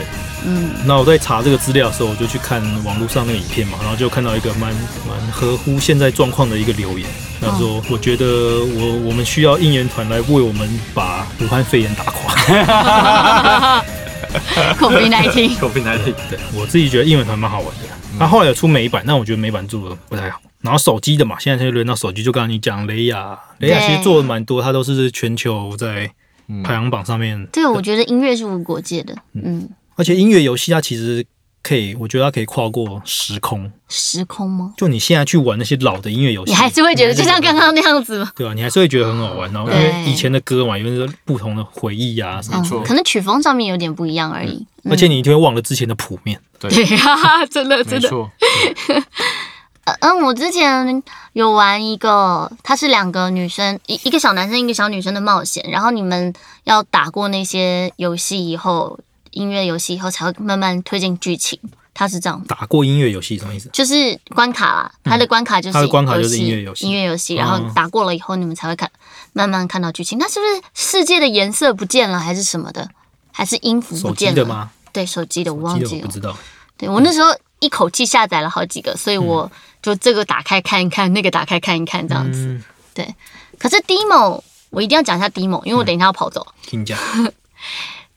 Speaker 4: 嗯，
Speaker 2: 那我在查这个资料的时候，我就去看网络上那个影片嘛，然后就看到一个蛮蛮合乎现在状况的一个留言，他
Speaker 4: 嗯
Speaker 2: 说：“我觉得我我们需要应援团来为我们把武汉肺炎打垮。
Speaker 4: 孔明来 *laughs* 听，
Speaker 3: 口病来听，
Speaker 2: 对”我自己觉得应援团蛮好玩的，那、后来有出美版，但我觉得美版做的不太好。然后手机的嘛，现在就轮到手机，就刚刚你讲雷亚，雷亚其实做的蛮多，它都是全球在排行榜上面，
Speaker 4: 对，我觉得音乐是无国界的，嗯，
Speaker 2: 而且音乐游戏它其实可以，我觉得它可以跨过时空。
Speaker 4: 时空吗？
Speaker 2: 就你现在去玩那些老的音乐游戏，
Speaker 4: 你还是会觉得就像刚刚那样子吗？
Speaker 2: 对啊，你还是会觉得很好玩，然后因
Speaker 4: 对
Speaker 2: 为以前的歌嘛，因为是不同的回忆啊什么，
Speaker 3: 没错
Speaker 4: 可能曲风上面有点不一样而已。
Speaker 2: 而且你一定会忘了之前的谱面。
Speaker 4: *laughs* 对哈哈，真的
Speaker 3: 没
Speaker 4: 真的。
Speaker 3: 错，
Speaker 4: 呃嗯，我之前有玩一个，它是两个女生，一一个小男生，一个小女生的冒险。然后你们要打过那些游戏以后，音乐游戏以后，才会慢慢推进剧情。它是这样，
Speaker 2: 打过音乐游戏什么意思？
Speaker 4: 就是关卡啦，它的关卡就是
Speaker 2: 嗯它的关卡就是
Speaker 4: 戏
Speaker 2: 音乐游戏
Speaker 4: 音乐游戏。然后
Speaker 2: 哦
Speaker 4: 打过了以后，你们才会看慢慢看到剧情。那是不是世界的颜色不见了，还是什么的？还是音符
Speaker 2: 手
Speaker 4: 不
Speaker 2: 机
Speaker 4: 见
Speaker 2: 的
Speaker 4: 了？
Speaker 2: 吗？
Speaker 4: 对，手机的我
Speaker 2: 其
Speaker 4: 忘
Speaker 2: 实
Speaker 4: 记
Speaker 2: 我不
Speaker 4: 了。
Speaker 2: 知道。
Speaker 4: 对我那时候一口气下载了好几个，所以我就这个打开看一看，那个打开看一看这样子。
Speaker 2: 嗯，
Speaker 4: 可是 Demo 我一定要讲一下 Demo，因为我等一下要跑走。
Speaker 2: 听讲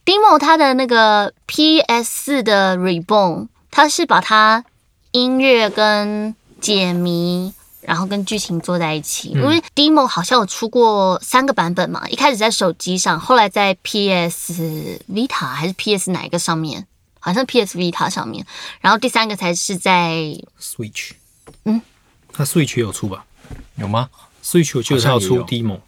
Speaker 4: Demo 它的那个 PS 4的 Reborn，它是把它音乐跟解谜。然后跟剧情做在一起，因为 Demo 好像有出过三个版本嘛，一开始在手机上，后来在 PS Vita 还是 PS 哪一个上面，好像 PS Vita 上面，然后第三个才是在
Speaker 2: Switch，
Speaker 4: 嗯，
Speaker 2: 它 Switch 也有出吧
Speaker 3: 有吗？
Speaker 2: ？Switch 我记得它有出
Speaker 3: 好像
Speaker 2: demo，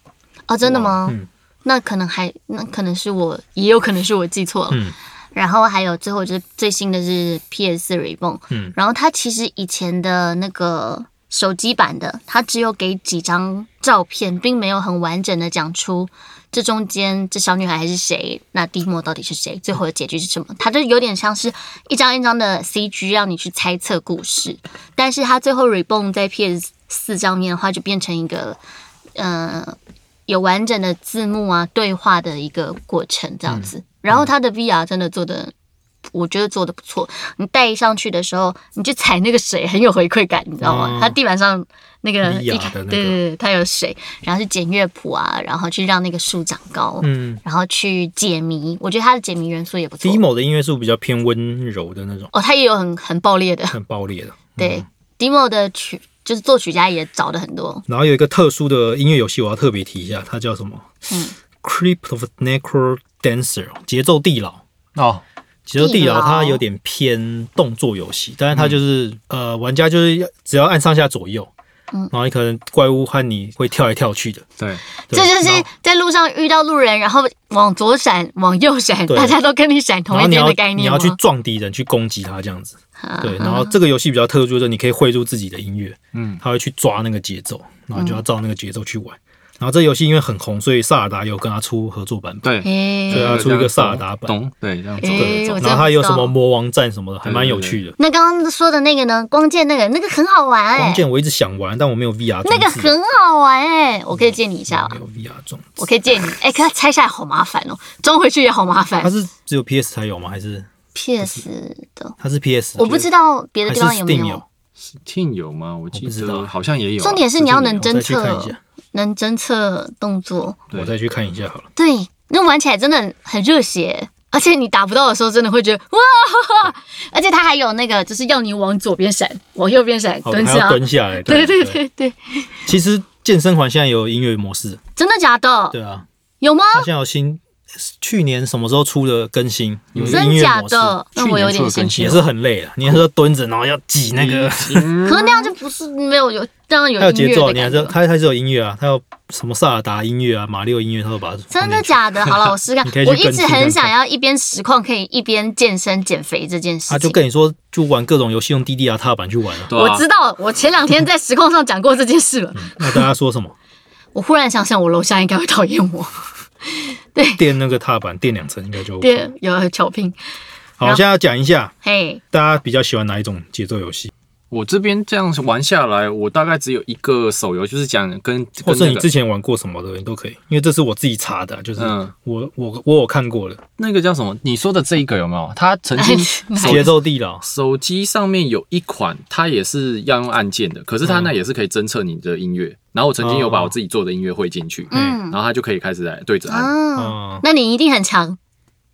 Speaker 4: 哦，真的吗？
Speaker 2: 嗯
Speaker 4: 那可能还那可能是我，也有可能是我记错了。
Speaker 2: 嗯
Speaker 4: 然后还有最后就是最新的是 PS 4 Reborn，
Speaker 2: 嗯
Speaker 4: 然后它其实以前的那个手机版的，它只有给几张照片，并没有很完整的讲出这中间这小女孩是谁，那蒂莫到底是谁，最后的结局是什么？它就有点像是一张一张的 CG 让你去猜测故事，但是它最后 Reborn 在 PS 4上面的话，就变成一个呃有完整的字幕啊对话的一个过程这样子。然后它的 VR 真的做的。我觉得做的不错。你戴上去的时候，你去踩那个水，很有回馈感，你知道吗？
Speaker 2: 哦
Speaker 4: 它地板上那个
Speaker 2: 米娅
Speaker 4: 一开，
Speaker 2: 的那个
Speaker 4: 对对对，它有水，然后去捡乐谱啊，然后去让那个树长高，
Speaker 2: 嗯
Speaker 4: 然后去解谜。我觉得它的解谜元素也不错。
Speaker 2: ，demo 的音乐是不是比较偏温柔的那种，
Speaker 4: 哦，它也有很很爆裂的，
Speaker 2: 很爆裂的。
Speaker 4: 对、demo 的曲就是作曲家也找的很多，
Speaker 2: 然后有一个特殊的音乐游戏，我要特别提一下，它叫什么？嗯，Creep of Necro Dancer，节奏地牢。
Speaker 3: 哦，
Speaker 2: 节奏地牢
Speaker 1: 地牢
Speaker 2: 它有点偏动作游戏，但是它就是、
Speaker 4: 嗯
Speaker 2: 呃，玩家就是要只要按上下左右，然后你可能怪物和你会跳来跳去的，
Speaker 3: 对，
Speaker 2: 对
Speaker 4: 这就是
Speaker 2: 然后
Speaker 4: 在路上遇到路人，然后往左闪，往右闪，
Speaker 2: 对
Speaker 4: 大家都跟你闪同
Speaker 2: 然
Speaker 4: 一
Speaker 2: 后你
Speaker 4: 边
Speaker 2: 要
Speaker 4: 的概
Speaker 2: 你
Speaker 4: 念
Speaker 2: 要
Speaker 4: 吗？
Speaker 2: 去撞敌人去攻击他这样子。对，然后这个游戏比较特殊，就是你可以汇入自己的音乐，
Speaker 3: 嗯，
Speaker 2: 他会去抓那个节奏，然后你就
Speaker 4: 嗯
Speaker 2: 要照那个节奏去玩。然后这游戏因为很红，所以萨尔达有跟他出合作版本，
Speaker 3: 对，
Speaker 4: 诶
Speaker 2: 对啊出一个萨尔达版
Speaker 3: 懂？对，这样走。对
Speaker 4: 诶哎我
Speaker 3: 走
Speaker 4: 真
Speaker 2: 然后他有什
Speaker 4: 不知
Speaker 2: 么
Speaker 4: 道
Speaker 2: 魔王战什么的，还蛮有趣的。
Speaker 4: 那刚刚说的那个呢？光剑那个，那个很好玩哎、
Speaker 2: 光剑我一直想玩，但我没有 VR
Speaker 4: 那个
Speaker 2: 装置，
Speaker 4: 很好玩哎、我可以借你一下吧
Speaker 2: 没？有 VR 装置。
Speaker 4: 我可以借你，哎、可它拆下来好麻烦哦，装回去也好麻
Speaker 2: 它
Speaker 4: 烦。
Speaker 2: 是只有 PS 才有吗？还是
Speaker 4: PS 的，
Speaker 2: 它是 PS？
Speaker 4: 我不知道别的
Speaker 2: 还
Speaker 4: 地
Speaker 2: 是
Speaker 4: 方有没
Speaker 2: Steam
Speaker 4: 有
Speaker 2: 有。。
Speaker 3: Team 有吗？我记
Speaker 2: 我不知道
Speaker 3: 得好像也有啊。
Speaker 4: 重点是你要能
Speaker 2: 我
Speaker 4: 侦
Speaker 2: 再去看一
Speaker 4: 测，
Speaker 2: 下，
Speaker 4: 能侦测动作。
Speaker 3: 对
Speaker 2: 我再去看一下好了。
Speaker 4: 对，那玩起来真的很很热血，而且你打不到的时候，真的会觉得哇！ *laughs* 而且它还有那个，就是要你往左边闪，往右边闪，
Speaker 2: 好，
Speaker 4: 蹲
Speaker 2: 还要
Speaker 4: 下。啊
Speaker 2: 蹲下来。
Speaker 4: *laughs* 对对对对，
Speaker 2: 其实健身环现在有音乐模式，
Speaker 4: 真的假的？
Speaker 2: 对啊，
Speaker 4: 有吗？
Speaker 2: 它现在有新，去年什么时候出的更新？有一个音
Speaker 4: 真
Speaker 2: 乐
Speaker 4: 假
Speaker 2: 模式，
Speaker 4: 的？哦那我有点兴趣
Speaker 2: 也
Speaker 4: 了。
Speaker 2: 是很累啊。你还是要蹲着，然后要挤那个，
Speaker 4: 可是那样就不是没有有让人
Speaker 2: 它有
Speaker 4: 有音
Speaker 2: 节
Speaker 4: 乐
Speaker 2: 奏，
Speaker 4: 的
Speaker 2: 你还
Speaker 4: 感
Speaker 2: 是
Speaker 4: 觉。
Speaker 2: 它它是有音乐啊，它有什么萨尔达音乐啊、马里奥音乐，它都把它
Speaker 4: 真的
Speaker 2: 放进去 *laughs*
Speaker 4: 假的？好了，我试试
Speaker 2: 你可
Speaker 4: 看。
Speaker 2: 以去
Speaker 4: 我一
Speaker 2: 跟
Speaker 4: 直
Speaker 2: 进看
Speaker 4: 很
Speaker 2: 看
Speaker 4: 想要一边实况可以一边健身减肥这件事
Speaker 2: 啊，就
Speaker 4: 情。
Speaker 2: 跟你说，就玩各种游戏用 DDR 踏板去玩
Speaker 4: *laughs*
Speaker 2: 啊。
Speaker 3: 对啊
Speaker 4: 我知道，我前两天在实况上讲过这件事了。
Speaker 2: 那大家说什么？
Speaker 4: 我忽然想想，我楼下应该会讨厌我，
Speaker 2: 垫那个踏板垫两层应该就 OK
Speaker 4: 对，有巧拼。
Speaker 2: 好，
Speaker 4: 然后
Speaker 2: 现在要讲一下
Speaker 4: 嘿，
Speaker 2: 大家比较喜欢哪一种节奏游戏，
Speaker 3: 我这边这样玩下来，我大概只有一个手游，就是讲跟
Speaker 2: 或
Speaker 3: 跟
Speaker 2: 是
Speaker 3: 那
Speaker 2: 你
Speaker 3: 个
Speaker 2: 之前玩过什么的，你都可以。因为这是我自己查的啊，就是
Speaker 3: 嗯
Speaker 2: 我我我有看过
Speaker 4: 嗯
Speaker 2: 的
Speaker 3: 那个叫什么？你说的这一个有没有？它曾
Speaker 4: *laughs*
Speaker 3: 经手
Speaker 2: 节奏地牢，
Speaker 3: 手机上面有一款，它也是要用按键的，可是
Speaker 4: 嗯
Speaker 3: 它那也是可以侦测你的音乐。然后我曾经有把我自己做的音乐汇进去，
Speaker 4: 嗯
Speaker 3: 然后它就可以开始来对着按，
Speaker 4: 啊，
Speaker 2: 嗯，
Speaker 4: 那你一定很强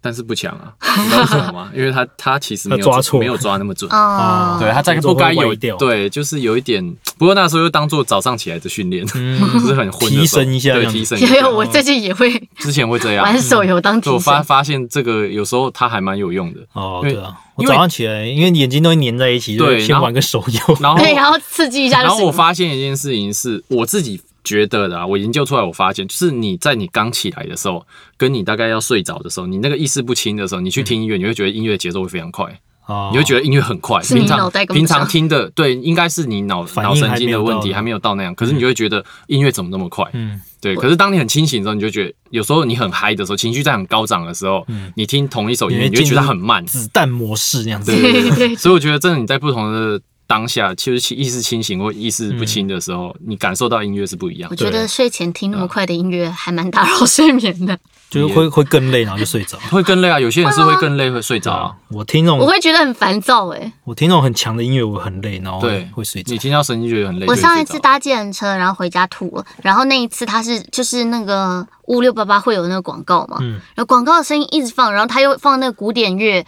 Speaker 3: 但是不强啊，你知道为什么吗？因为它它其实没有
Speaker 2: 它抓错
Speaker 3: 没有抓那么准。
Speaker 4: 啊。
Speaker 3: 对，它在不
Speaker 2: 节
Speaker 3: 该
Speaker 2: 奏会
Speaker 3: 有
Speaker 2: 歪掉
Speaker 3: 对，就是有一点。不过那时候又当做早上起来的训练，就是很混
Speaker 2: 嗯
Speaker 3: 的时候
Speaker 2: 提升一下这
Speaker 3: 对，
Speaker 2: 样子
Speaker 3: 提升一
Speaker 4: 有
Speaker 3: 下
Speaker 4: 有，。我最近也会
Speaker 3: 之前会这样，
Speaker 4: 玩手游当
Speaker 3: 所以
Speaker 4: 提
Speaker 3: 我发
Speaker 4: 神。
Speaker 3: 发现这个有时候它还蛮有用的。
Speaker 2: 哦，
Speaker 3: 因为
Speaker 2: 对啊，我
Speaker 3: 因为
Speaker 2: 早上起来，因为眼睛都会粘在一起，
Speaker 3: 对
Speaker 2: 就
Speaker 3: 然
Speaker 2: 先
Speaker 3: 后
Speaker 2: 玩个手游。
Speaker 3: 然后
Speaker 4: 对，然后刺激一下
Speaker 3: 然
Speaker 4: 就
Speaker 3: 后我
Speaker 4: 行。
Speaker 3: 发现一件事情是，我自己觉得的、啊，我研究出来，我发现就是你在你刚起来的时候，跟你大概要睡着的时候，你那个意识不清的时候，你去听音乐，你会觉得音乐节奏会非常快，
Speaker 2: *laughs* 哦
Speaker 3: 你会觉得音乐很快。
Speaker 4: 是你
Speaker 3: 平常
Speaker 4: 脑袋跟不
Speaker 3: 平
Speaker 4: 上
Speaker 3: 常听的，对，应该是你脑
Speaker 2: 反应
Speaker 3: 脑神经的
Speaker 2: 还没
Speaker 3: 问
Speaker 2: 有
Speaker 3: 题
Speaker 2: 到
Speaker 3: 还没有到那样，可是你就会觉得音乐怎么那么快？
Speaker 2: 嗯，
Speaker 3: 对。可是当你很清醒的时候，你就觉得有时候你很嗨的时候，情绪在很高涨的时候，你听同一首音乐，
Speaker 2: 嗯你会
Speaker 3: 你就觉
Speaker 2: 进入
Speaker 3: 得它很慢。
Speaker 2: 子弹模式那样子。
Speaker 3: 对对对，所以我觉得真的你在不同的当下，其实意识清醒或意识不清的时
Speaker 2: 嗯
Speaker 3: 候，你感受到音乐是不一样
Speaker 4: 我
Speaker 3: 的。
Speaker 4: 觉得睡前听那么快的音乐还蛮打扰睡眠的，
Speaker 2: 就是会会更累，然后就睡着。
Speaker 3: 会更累啊，有些人是会更累，会睡着啊。
Speaker 2: 我听那
Speaker 4: 我
Speaker 2: 种
Speaker 4: 会觉得很烦躁哎。
Speaker 2: 我听那种很强的音乐，我很累，然后
Speaker 3: 对，
Speaker 2: 会睡着
Speaker 3: 你。听到声音就觉得很累。
Speaker 4: 我
Speaker 3: 就会
Speaker 4: 上一
Speaker 3: 睡着啊
Speaker 4: 次搭计程车，然后回家吐了。然后那一次他是就是那个五六八八会有那个广告嘛，
Speaker 2: 嗯
Speaker 4: 然后广告的声音一直放，然后他又放那个古典乐，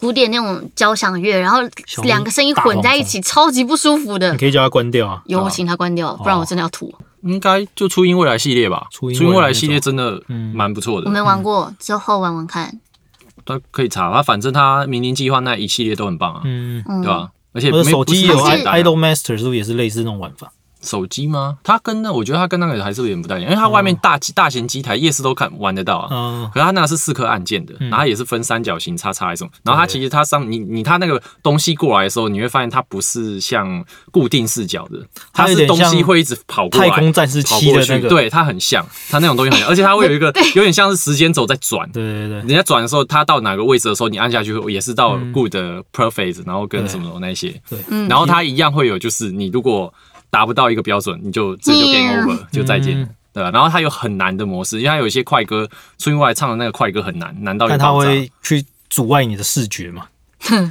Speaker 4: 古典那种交响乐，然后
Speaker 2: 小
Speaker 4: 两个声音混在一起，超级不舒
Speaker 2: *laughs*
Speaker 4: 服的
Speaker 2: 你。可以叫它关掉啊。
Speaker 4: 有，我请他关掉，不然我真的要吐。
Speaker 3: 应该就初音未来系列吧，
Speaker 2: 初音未来嗯
Speaker 3: 音未来系列真的蛮不错
Speaker 4: 我没
Speaker 3: 的，
Speaker 4: 玩过，之后玩玩看。
Speaker 3: 它可以查，它反正它明年计划那一系列都很棒啊，
Speaker 2: 嗯，
Speaker 3: 对吧？而且
Speaker 2: 我的
Speaker 3: 没
Speaker 2: 手机
Speaker 3: 不
Speaker 2: 有
Speaker 3: 是很
Speaker 2: i
Speaker 3: 简单啊
Speaker 2: Idol Master 是不是也是类似那种玩法？
Speaker 3: 手机吗？它跟那我觉得它跟那个还是有点不太一样，因为它外面大大型机台夜市都看玩得到啊，
Speaker 2: 嗯，
Speaker 3: 可是它那个是四颗按键的，然后它也是分三角形、叉叉还是什么。然后它其实它上你你它那个东西过来的时候，你会发现它不是像固定视角的，
Speaker 2: 它
Speaker 3: 它
Speaker 2: 有
Speaker 3: 是
Speaker 2: 点
Speaker 3: 东
Speaker 2: 像
Speaker 3: 西会一直跑过
Speaker 2: 太
Speaker 3: 来。
Speaker 2: 空战士
Speaker 3: 啊跑
Speaker 2: 七
Speaker 3: 过
Speaker 2: 的
Speaker 3: 去，
Speaker 2: 那个。
Speaker 3: 对它很像，它那种东西很像，而且它会有一
Speaker 2: *laughs*
Speaker 3: 个有点像是时间轴在转，
Speaker 2: 对对对，
Speaker 3: 人家转的时候，它到哪个位置的时候，你按下去也是到
Speaker 2: 嗯
Speaker 3: good、perfect，然后跟什么那些，
Speaker 2: 对
Speaker 4: 嗯
Speaker 3: 然后它一样会有，就是你如果达不到一个标准，你就这就 game over，、就再见。
Speaker 2: 嗯
Speaker 3: 对吧？然后它有很难的模式，因为它有一些快歌，苏运外唱的那个快歌很难，难到一个
Speaker 2: 但它
Speaker 3: 爆炸。
Speaker 2: 会去阻碍你的视觉嘛？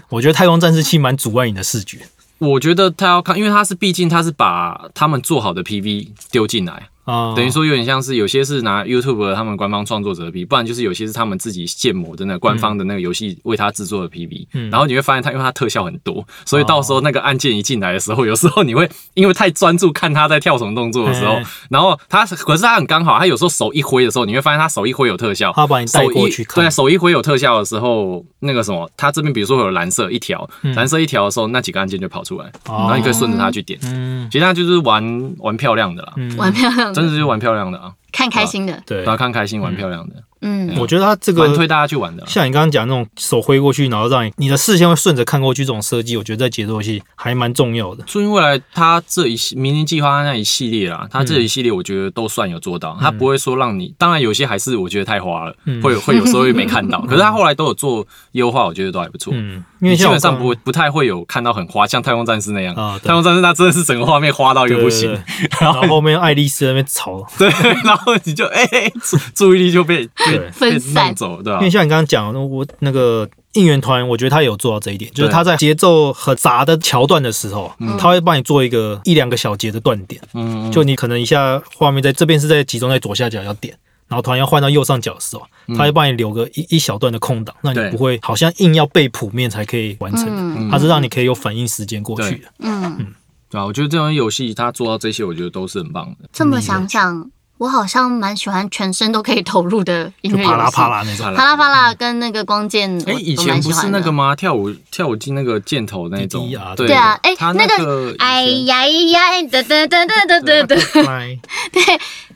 Speaker 2: 我觉得太空战士七蛮阻碍你的视觉。
Speaker 3: 我觉得他要看，因为他是毕竟他是把他们做好的 PV 丢进来，
Speaker 2: 啊，
Speaker 3: 等于说有点像是有些是拿 YouTube 他们官方创作者的 PV，不然就是有些是他们自己建模的那个官方的那个游戏为他制作的 PV、
Speaker 2: 嗯哦
Speaker 3: 然后你会发现它，因为它特效很多，所以到时候那个按键一进来的时候，有时候你会因为太专注看他在跳什么动作的时候
Speaker 2: 嗯，
Speaker 3: 然后他可是他很刚好，他有时候手一挥的时候，你会发现他手一挥有特效，
Speaker 2: 他把你带
Speaker 3: 手
Speaker 2: 过
Speaker 3: 一
Speaker 2: 去看
Speaker 3: 对，啊手一挥有特效的时候，那个什么，它这边比如说会有蓝色一条，蓝色一条的时候，那几个按键就跑出来，
Speaker 2: 嗯哦
Speaker 3: 然后你可以顺着它去点。
Speaker 2: 嗯
Speaker 3: 其实它就是玩玩漂亮的啦，
Speaker 4: 玩漂亮的，
Speaker 3: 真的就是玩漂亮的啊，
Speaker 4: 看开心的，
Speaker 2: 对
Speaker 3: 然，后看开心玩漂亮的，
Speaker 4: 嗯，
Speaker 2: 我觉得他这
Speaker 3: 蛮推
Speaker 2: 个
Speaker 3: 大家去玩的啦。啊
Speaker 2: 像你刚刚讲那种手挥过去，然后让你你的视线会顺着看过去这种设计，我觉得在节奏游戏还蛮重要的。
Speaker 3: 初音未来它这一系明年计划它那一系列
Speaker 2: 嗯
Speaker 3: 啦，它这一系列我觉得都算有做到，它不会说让你，当然有些还是我觉得太花了，
Speaker 2: 嗯
Speaker 3: 会有会有时候会没看到，可是它后来都有做优化，我觉得都还不错。
Speaker 2: 嗯，因为
Speaker 3: 基
Speaker 2: 像我
Speaker 3: 本上
Speaker 2: 刚
Speaker 3: 不不太会有看到很花，像《太空战士》那样，
Speaker 2: 啊对
Speaker 3: 太空战士》它真的是整个画面花到一
Speaker 2: 对
Speaker 3: 个
Speaker 2: 对
Speaker 3: 不行
Speaker 2: 对，然后后面爱丽丝在那边吵，
Speaker 3: 对， *laughs* 然后你就哎、哎注注意力就被
Speaker 2: *laughs*
Speaker 3: 被
Speaker 2: 对
Speaker 3: 被
Speaker 4: 分散
Speaker 3: 弄走，
Speaker 2: *laughs*
Speaker 3: 对吧、
Speaker 2: 因为像你刚刚讲的，我那个应援团，我觉得他有做到这一点，就是
Speaker 3: 对
Speaker 2: 他在节奏很杂的桥段的时候，他会帮你做一个一两个小节的断点，
Speaker 3: 嗯，
Speaker 2: 就你可能一下画面在这边是在集中在左下角要点。然后突然要换到右上角的时候，他会帮你留个一一小段的空档，让你
Speaker 3: 对
Speaker 2: 不会好像硬要背谱面才可以完成的，
Speaker 4: 嗯
Speaker 2: 它是让你可以有反应时间过去的。
Speaker 4: 嗯，
Speaker 3: 对啊，我觉得这种游戏它做到这些，我觉得都是很棒的。
Speaker 4: 这么想想，我好像蛮喜欢全身都可以投入的音
Speaker 2: 就
Speaker 4: 乐游戏，
Speaker 2: 啪啦啪，啦那种，
Speaker 4: 啪啦啪啦，跟那个光剑，
Speaker 3: 嗯哎、
Speaker 4: 我
Speaker 3: 以
Speaker 4: 都
Speaker 3: 前
Speaker 4: 蛮
Speaker 3: 不
Speaker 4: 喜
Speaker 3: 是
Speaker 4: 欢
Speaker 3: 那
Speaker 4: 的。
Speaker 3: 个吗？跳舞跳舞机那个箭头那种
Speaker 2: DDR，
Speaker 3: 对
Speaker 4: 对啊哎
Speaker 3: 它
Speaker 4: 那个
Speaker 3: 个以前
Speaker 1: 哎呀呀，
Speaker 4: 噔噔噔噔噔噔噔。
Speaker 2: 来
Speaker 4: *laughs*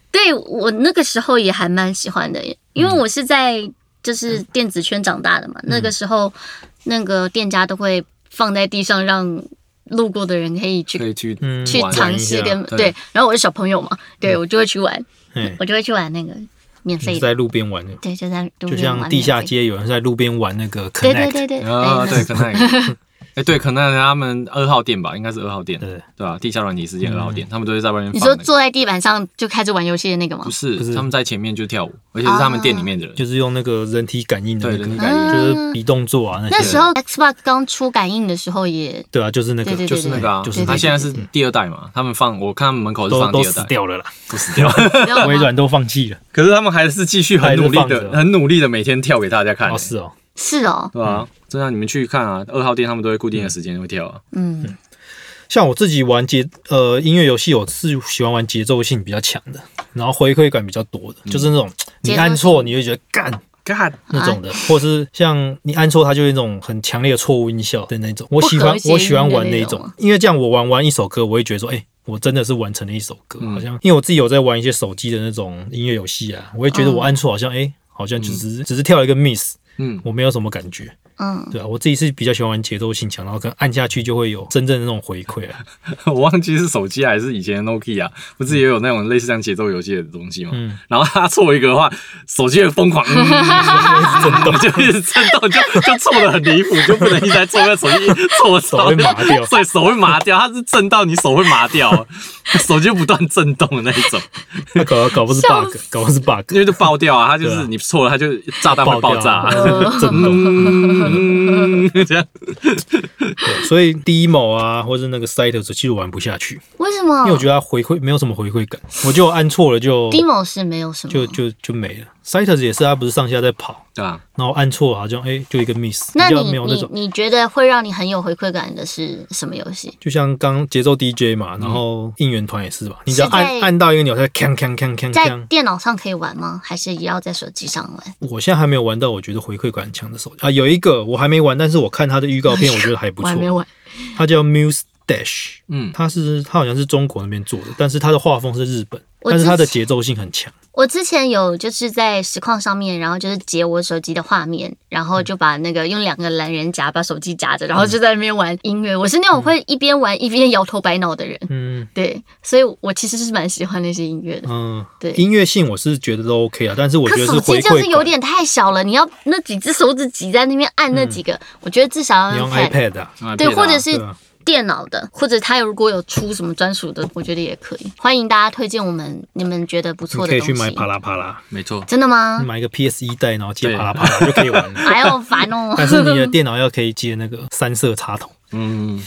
Speaker 4: 对我那个时候也还蛮喜欢的，因
Speaker 3: 嗯
Speaker 4: 为我是在就是电子圈长大的嘛。那个时候，那个店家都会放在地上，让路过的人可以
Speaker 3: 可
Speaker 4: 去
Speaker 3: 以去
Speaker 2: 嗯
Speaker 4: 去
Speaker 3: 玩
Speaker 4: 尝试跟
Speaker 3: 对
Speaker 4: 对。然后我是小朋友嘛，对我就会去玩，
Speaker 2: 嗯，
Speaker 4: 我就会去玩那个
Speaker 2: 你
Speaker 4: 免费
Speaker 2: 是
Speaker 4: 的，
Speaker 2: 在路边玩的，
Speaker 4: 对，就在路
Speaker 2: 就
Speaker 4: 边
Speaker 2: 像
Speaker 4: 玩
Speaker 2: 地下
Speaker 4: 免费，
Speaker 2: 街有人在路边玩那个 Connect，
Speaker 4: 对对对对，
Speaker 3: 啊，
Speaker 4: 哎
Speaker 3: 对，可能哎、对，可能他们二号店吧，应该是二号店，
Speaker 2: 对嗯
Speaker 3: 对吧、地下软体事件二号店，他们都会在外面
Speaker 4: 你
Speaker 3: 放、那
Speaker 4: 说
Speaker 3: 个。
Speaker 4: 坐在地板上就开始玩游戏的那个吗
Speaker 3: 不？是
Speaker 2: 不是啊
Speaker 3: 他们在前面就跳舞，而且是他们店里面的人，
Speaker 2: 就是用那个人体感应的那
Speaker 3: 对
Speaker 2: 个，
Speaker 3: 人体
Speaker 2: 就
Speaker 3: 感应，
Speaker 2: 是比动作啊那
Speaker 4: 啊那
Speaker 2: 些。
Speaker 4: 时候 Xbox 刚出感应的时候也
Speaker 2: 对啊，就是那个，
Speaker 4: 对对对
Speaker 3: 就是那个啊，
Speaker 2: 就是
Speaker 3: 他
Speaker 2: 那
Speaker 3: 现
Speaker 2: 个，
Speaker 3: 在是第二代嘛，他们放我看他们门口是
Speaker 2: 都
Speaker 3: 放
Speaker 2: 都
Speaker 3: 第二
Speaker 2: 死
Speaker 3: 代，
Speaker 2: 掉了啦，
Speaker 3: 不死掉，
Speaker 2: 微软都放弃了。
Speaker 3: *laughs* 可是他们还是继续很努力
Speaker 2: 还是放
Speaker 3: 的，
Speaker 2: 着
Speaker 3: 很努力的每天跳给大家看、欸
Speaker 2: 哦，嗯是哦，
Speaker 4: 是哦，
Speaker 3: 对啊，这样你们去看啊，二号店他们都会固定的时间会跳啊，
Speaker 4: 嗯，
Speaker 2: 像我自己玩节呃音乐游戏，我是喜欢玩节奏性比较强的，然后回馈感比较多
Speaker 3: 嗯
Speaker 2: 的，就是那种你按错你就觉得干。
Speaker 3: 干
Speaker 4: 啊
Speaker 2: 那种的，或者是像你按错，它就有一种很强烈的错误音效的那种。我喜欢
Speaker 4: 不和谐音
Speaker 2: 我喜欢
Speaker 4: 的
Speaker 2: 玩
Speaker 4: 那
Speaker 2: 那
Speaker 4: 种啊
Speaker 2: 种
Speaker 4: 吗，
Speaker 2: 因为这样我玩完一首歌，我会觉得说，哎、我真的是完成了一首歌，
Speaker 3: 嗯
Speaker 2: 好像因为我自己有在玩一些手机的那种音乐游戏啊，我会
Speaker 4: 嗯
Speaker 2: 觉得我按错好像，哎、好像只是、只是跳了一个 miss，
Speaker 3: 嗯，
Speaker 2: 我没有什么感觉。
Speaker 4: 嗯，
Speaker 2: 对啊，我自己是比较喜欢玩节奏性强，然后可能按下去就会有真正的那种回馈啊。
Speaker 3: *laughs* 我忘记是手机还是以前的 Nokia，不是也有那种类似像节奏游戏的东西吗？
Speaker 2: 嗯
Speaker 3: 然后他错一个的话，手机会疯
Speaker 2: *laughs*
Speaker 3: 狂，嗯、震动，就一直震动，就就错的很离谱，就不能一直在错，因为手机错
Speaker 2: 手会麻掉
Speaker 3: 对，手会麻掉，它是震到你手会麻
Speaker 2: *laughs*
Speaker 3: 掉，啊手机不断震动的那一种，
Speaker 2: 那搞搞不是 bug，搞不是 bug，
Speaker 3: 因为就爆掉啊，它就
Speaker 2: 对
Speaker 3: 是
Speaker 2: 啊
Speaker 3: 你错了，它就炸弹会爆
Speaker 2: 掉
Speaker 3: 炸
Speaker 2: 啊，，震动。
Speaker 3: 嗯，这样。
Speaker 2: 对所以 demo 啊，或是那个 site 其实我玩不下去，
Speaker 4: 为什么？
Speaker 2: 因为我觉得它回馈没有什么回馈感，我就按错了就
Speaker 4: demo 是没有什么，
Speaker 2: 就就就没了。site 也是，它啊不是上下在跑，
Speaker 3: 对啊，
Speaker 2: 然后按错好像哎、就一个 miss，
Speaker 4: 那
Speaker 2: 比较
Speaker 4: 你
Speaker 2: 没有那
Speaker 4: 你
Speaker 2: 种。
Speaker 4: 你觉得会让你很有回馈感的是什么游戏？
Speaker 2: 就像刚节奏 DJ 嘛，然后应援团也是吧，你只要
Speaker 4: 是在
Speaker 2: 按按到一个钮，它就锵锵锵锵
Speaker 4: 在
Speaker 2: 锵。
Speaker 4: 电脑上可以玩吗？还是也要在手机上玩？
Speaker 2: 我现在还没有玩到我觉得回馈感很强的手机啊，有一个我还没玩，但是我看它的预告片，我觉得还不
Speaker 4: 我
Speaker 2: 错
Speaker 4: 还。没玩。
Speaker 2: 它叫 Muse Dash，
Speaker 3: 嗯，
Speaker 2: 它是它好像是中国那边做的，但是它的画风是日本，
Speaker 4: 我
Speaker 2: 但是它的
Speaker 4: 之前
Speaker 2: 节奏性很强。
Speaker 4: 我之前有就是在实况上面，然后就是截我手机的画面，然
Speaker 2: 嗯
Speaker 4: 后就把那个用两个懒人夹把手机夹着，然后就在那边玩音乐。我是那种会一边玩一边摇头摆脑的人，
Speaker 2: 嗯 *laughs*
Speaker 4: 对，所以我其实是蛮喜欢那些音乐的。
Speaker 2: 嗯，
Speaker 4: 对
Speaker 2: 音乐性我是觉得都 OK 啊，但是我
Speaker 4: 可
Speaker 2: 觉得
Speaker 4: 手
Speaker 2: 回
Speaker 4: 机
Speaker 2: 馈
Speaker 4: 就
Speaker 2: 感
Speaker 4: 是有点太小了，你要那几只手指挤在那边按那几个，我觉得至少
Speaker 2: 嗯你
Speaker 4: 要
Speaker 2: 用
Speaker 4: 用 pad。
Speaker 2: iPad 啊，
Speaker 4: 对，或者
Speaker 3: 是
Speaker 2: 对
Speaker 4: 是
Speaker 2: 啊，
Speaker 4: 电脑的，或者他如果有出什么专属的，我觉得也可以。欢迎大家推荐我们你们觉得不
Speaker 2: 你
Speaker 4: 错的
Speaker 2: 可以
Speaker 4: 东西。嗯
Speaker 2: 去买啪啦啪啦，
Speaker 3: 没错，
Speaker 4: 真的吗？
Speaker 2: 买一个 PS 一代，然后接
Speaker 3: 对
Speaker 2: 啪啦啪啦就可以
Speaker 4: *laughs*
Speaker 2: 玩了。
Speaker 4: 哎呦，好烦哦！
Speaker 2: 但是你的电脑要可以接那个三色插头，
Speaker 3: 嗯，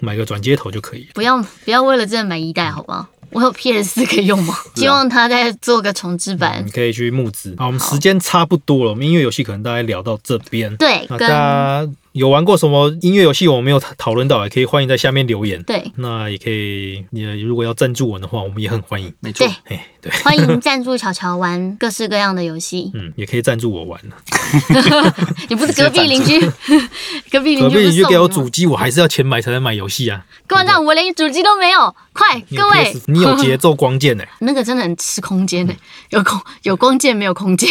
Speaker 2: 买个转接头就可以了。
Speaker 4: 不要不要为了这买一代好不好？我有 PS 可以用吗？
Speaker 2: 啊
Speaker 4: 希望他再做个重置版
Speaker 2: 你。可以去募资。好，我们时间差不多了，我们音乐游戏可能大概聊到这边。
Speaker 4: 对，
Speaker 2: 那大
Speaker 4: 跟
Speaker 2: 家有玩过什么音乐游戏？我们没有讨论到，也可以欢迎在下面留言。
Speaker 4: 对
Speaker 2: 那也可以，你如果要赞助我们的话，我们也很欢迎。
Speaker 3: 没错
Speaker 4: 对，，
Speaker 2: 哎，对，
Speaker 4: 欢迎赞助巧巧玩各式各样的
Speaker 2: *laughs*
Speaker 4: 游戏。
Speaker 2: 嗯，也可以赞助我玩。
Speaker 4: 你不是隔壁邻居， *laughs* 隔壁
Speaker 2: 隔壁
Speaker 4: 邻居不
Speaker 2: 你
Speaker 4: 是
Speaker 2: 就
Speaker 4: 送
Speaker 2: 给我
Speaker 4: 你吗
Speaker 2: 主？机，我还是要钱买才能买游戏
Speaker 4: *laughs*
Speaker 2: 啊。
Speaker 4: 干嘛这样？我连主机都没有，快
Speaker 2: 你有
Speaker 4: 各位
Speaker 2: PS，，你有节奏光剑欸
Speaker 4: *laughs*
Speaker 2: 呢、
Speaker 4: 那个真的很吃空间的，有空有光剑没有空间。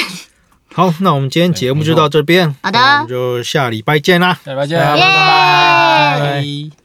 Speaker 2: 好，那我们今天节目就到这边，
Speaker 4: 好的
Speaker 2: 那我们就下礼拜见啦。
Speaker 3: 下礼拜见，
Speaker 4: 耶
Speaker 3: 拜拜。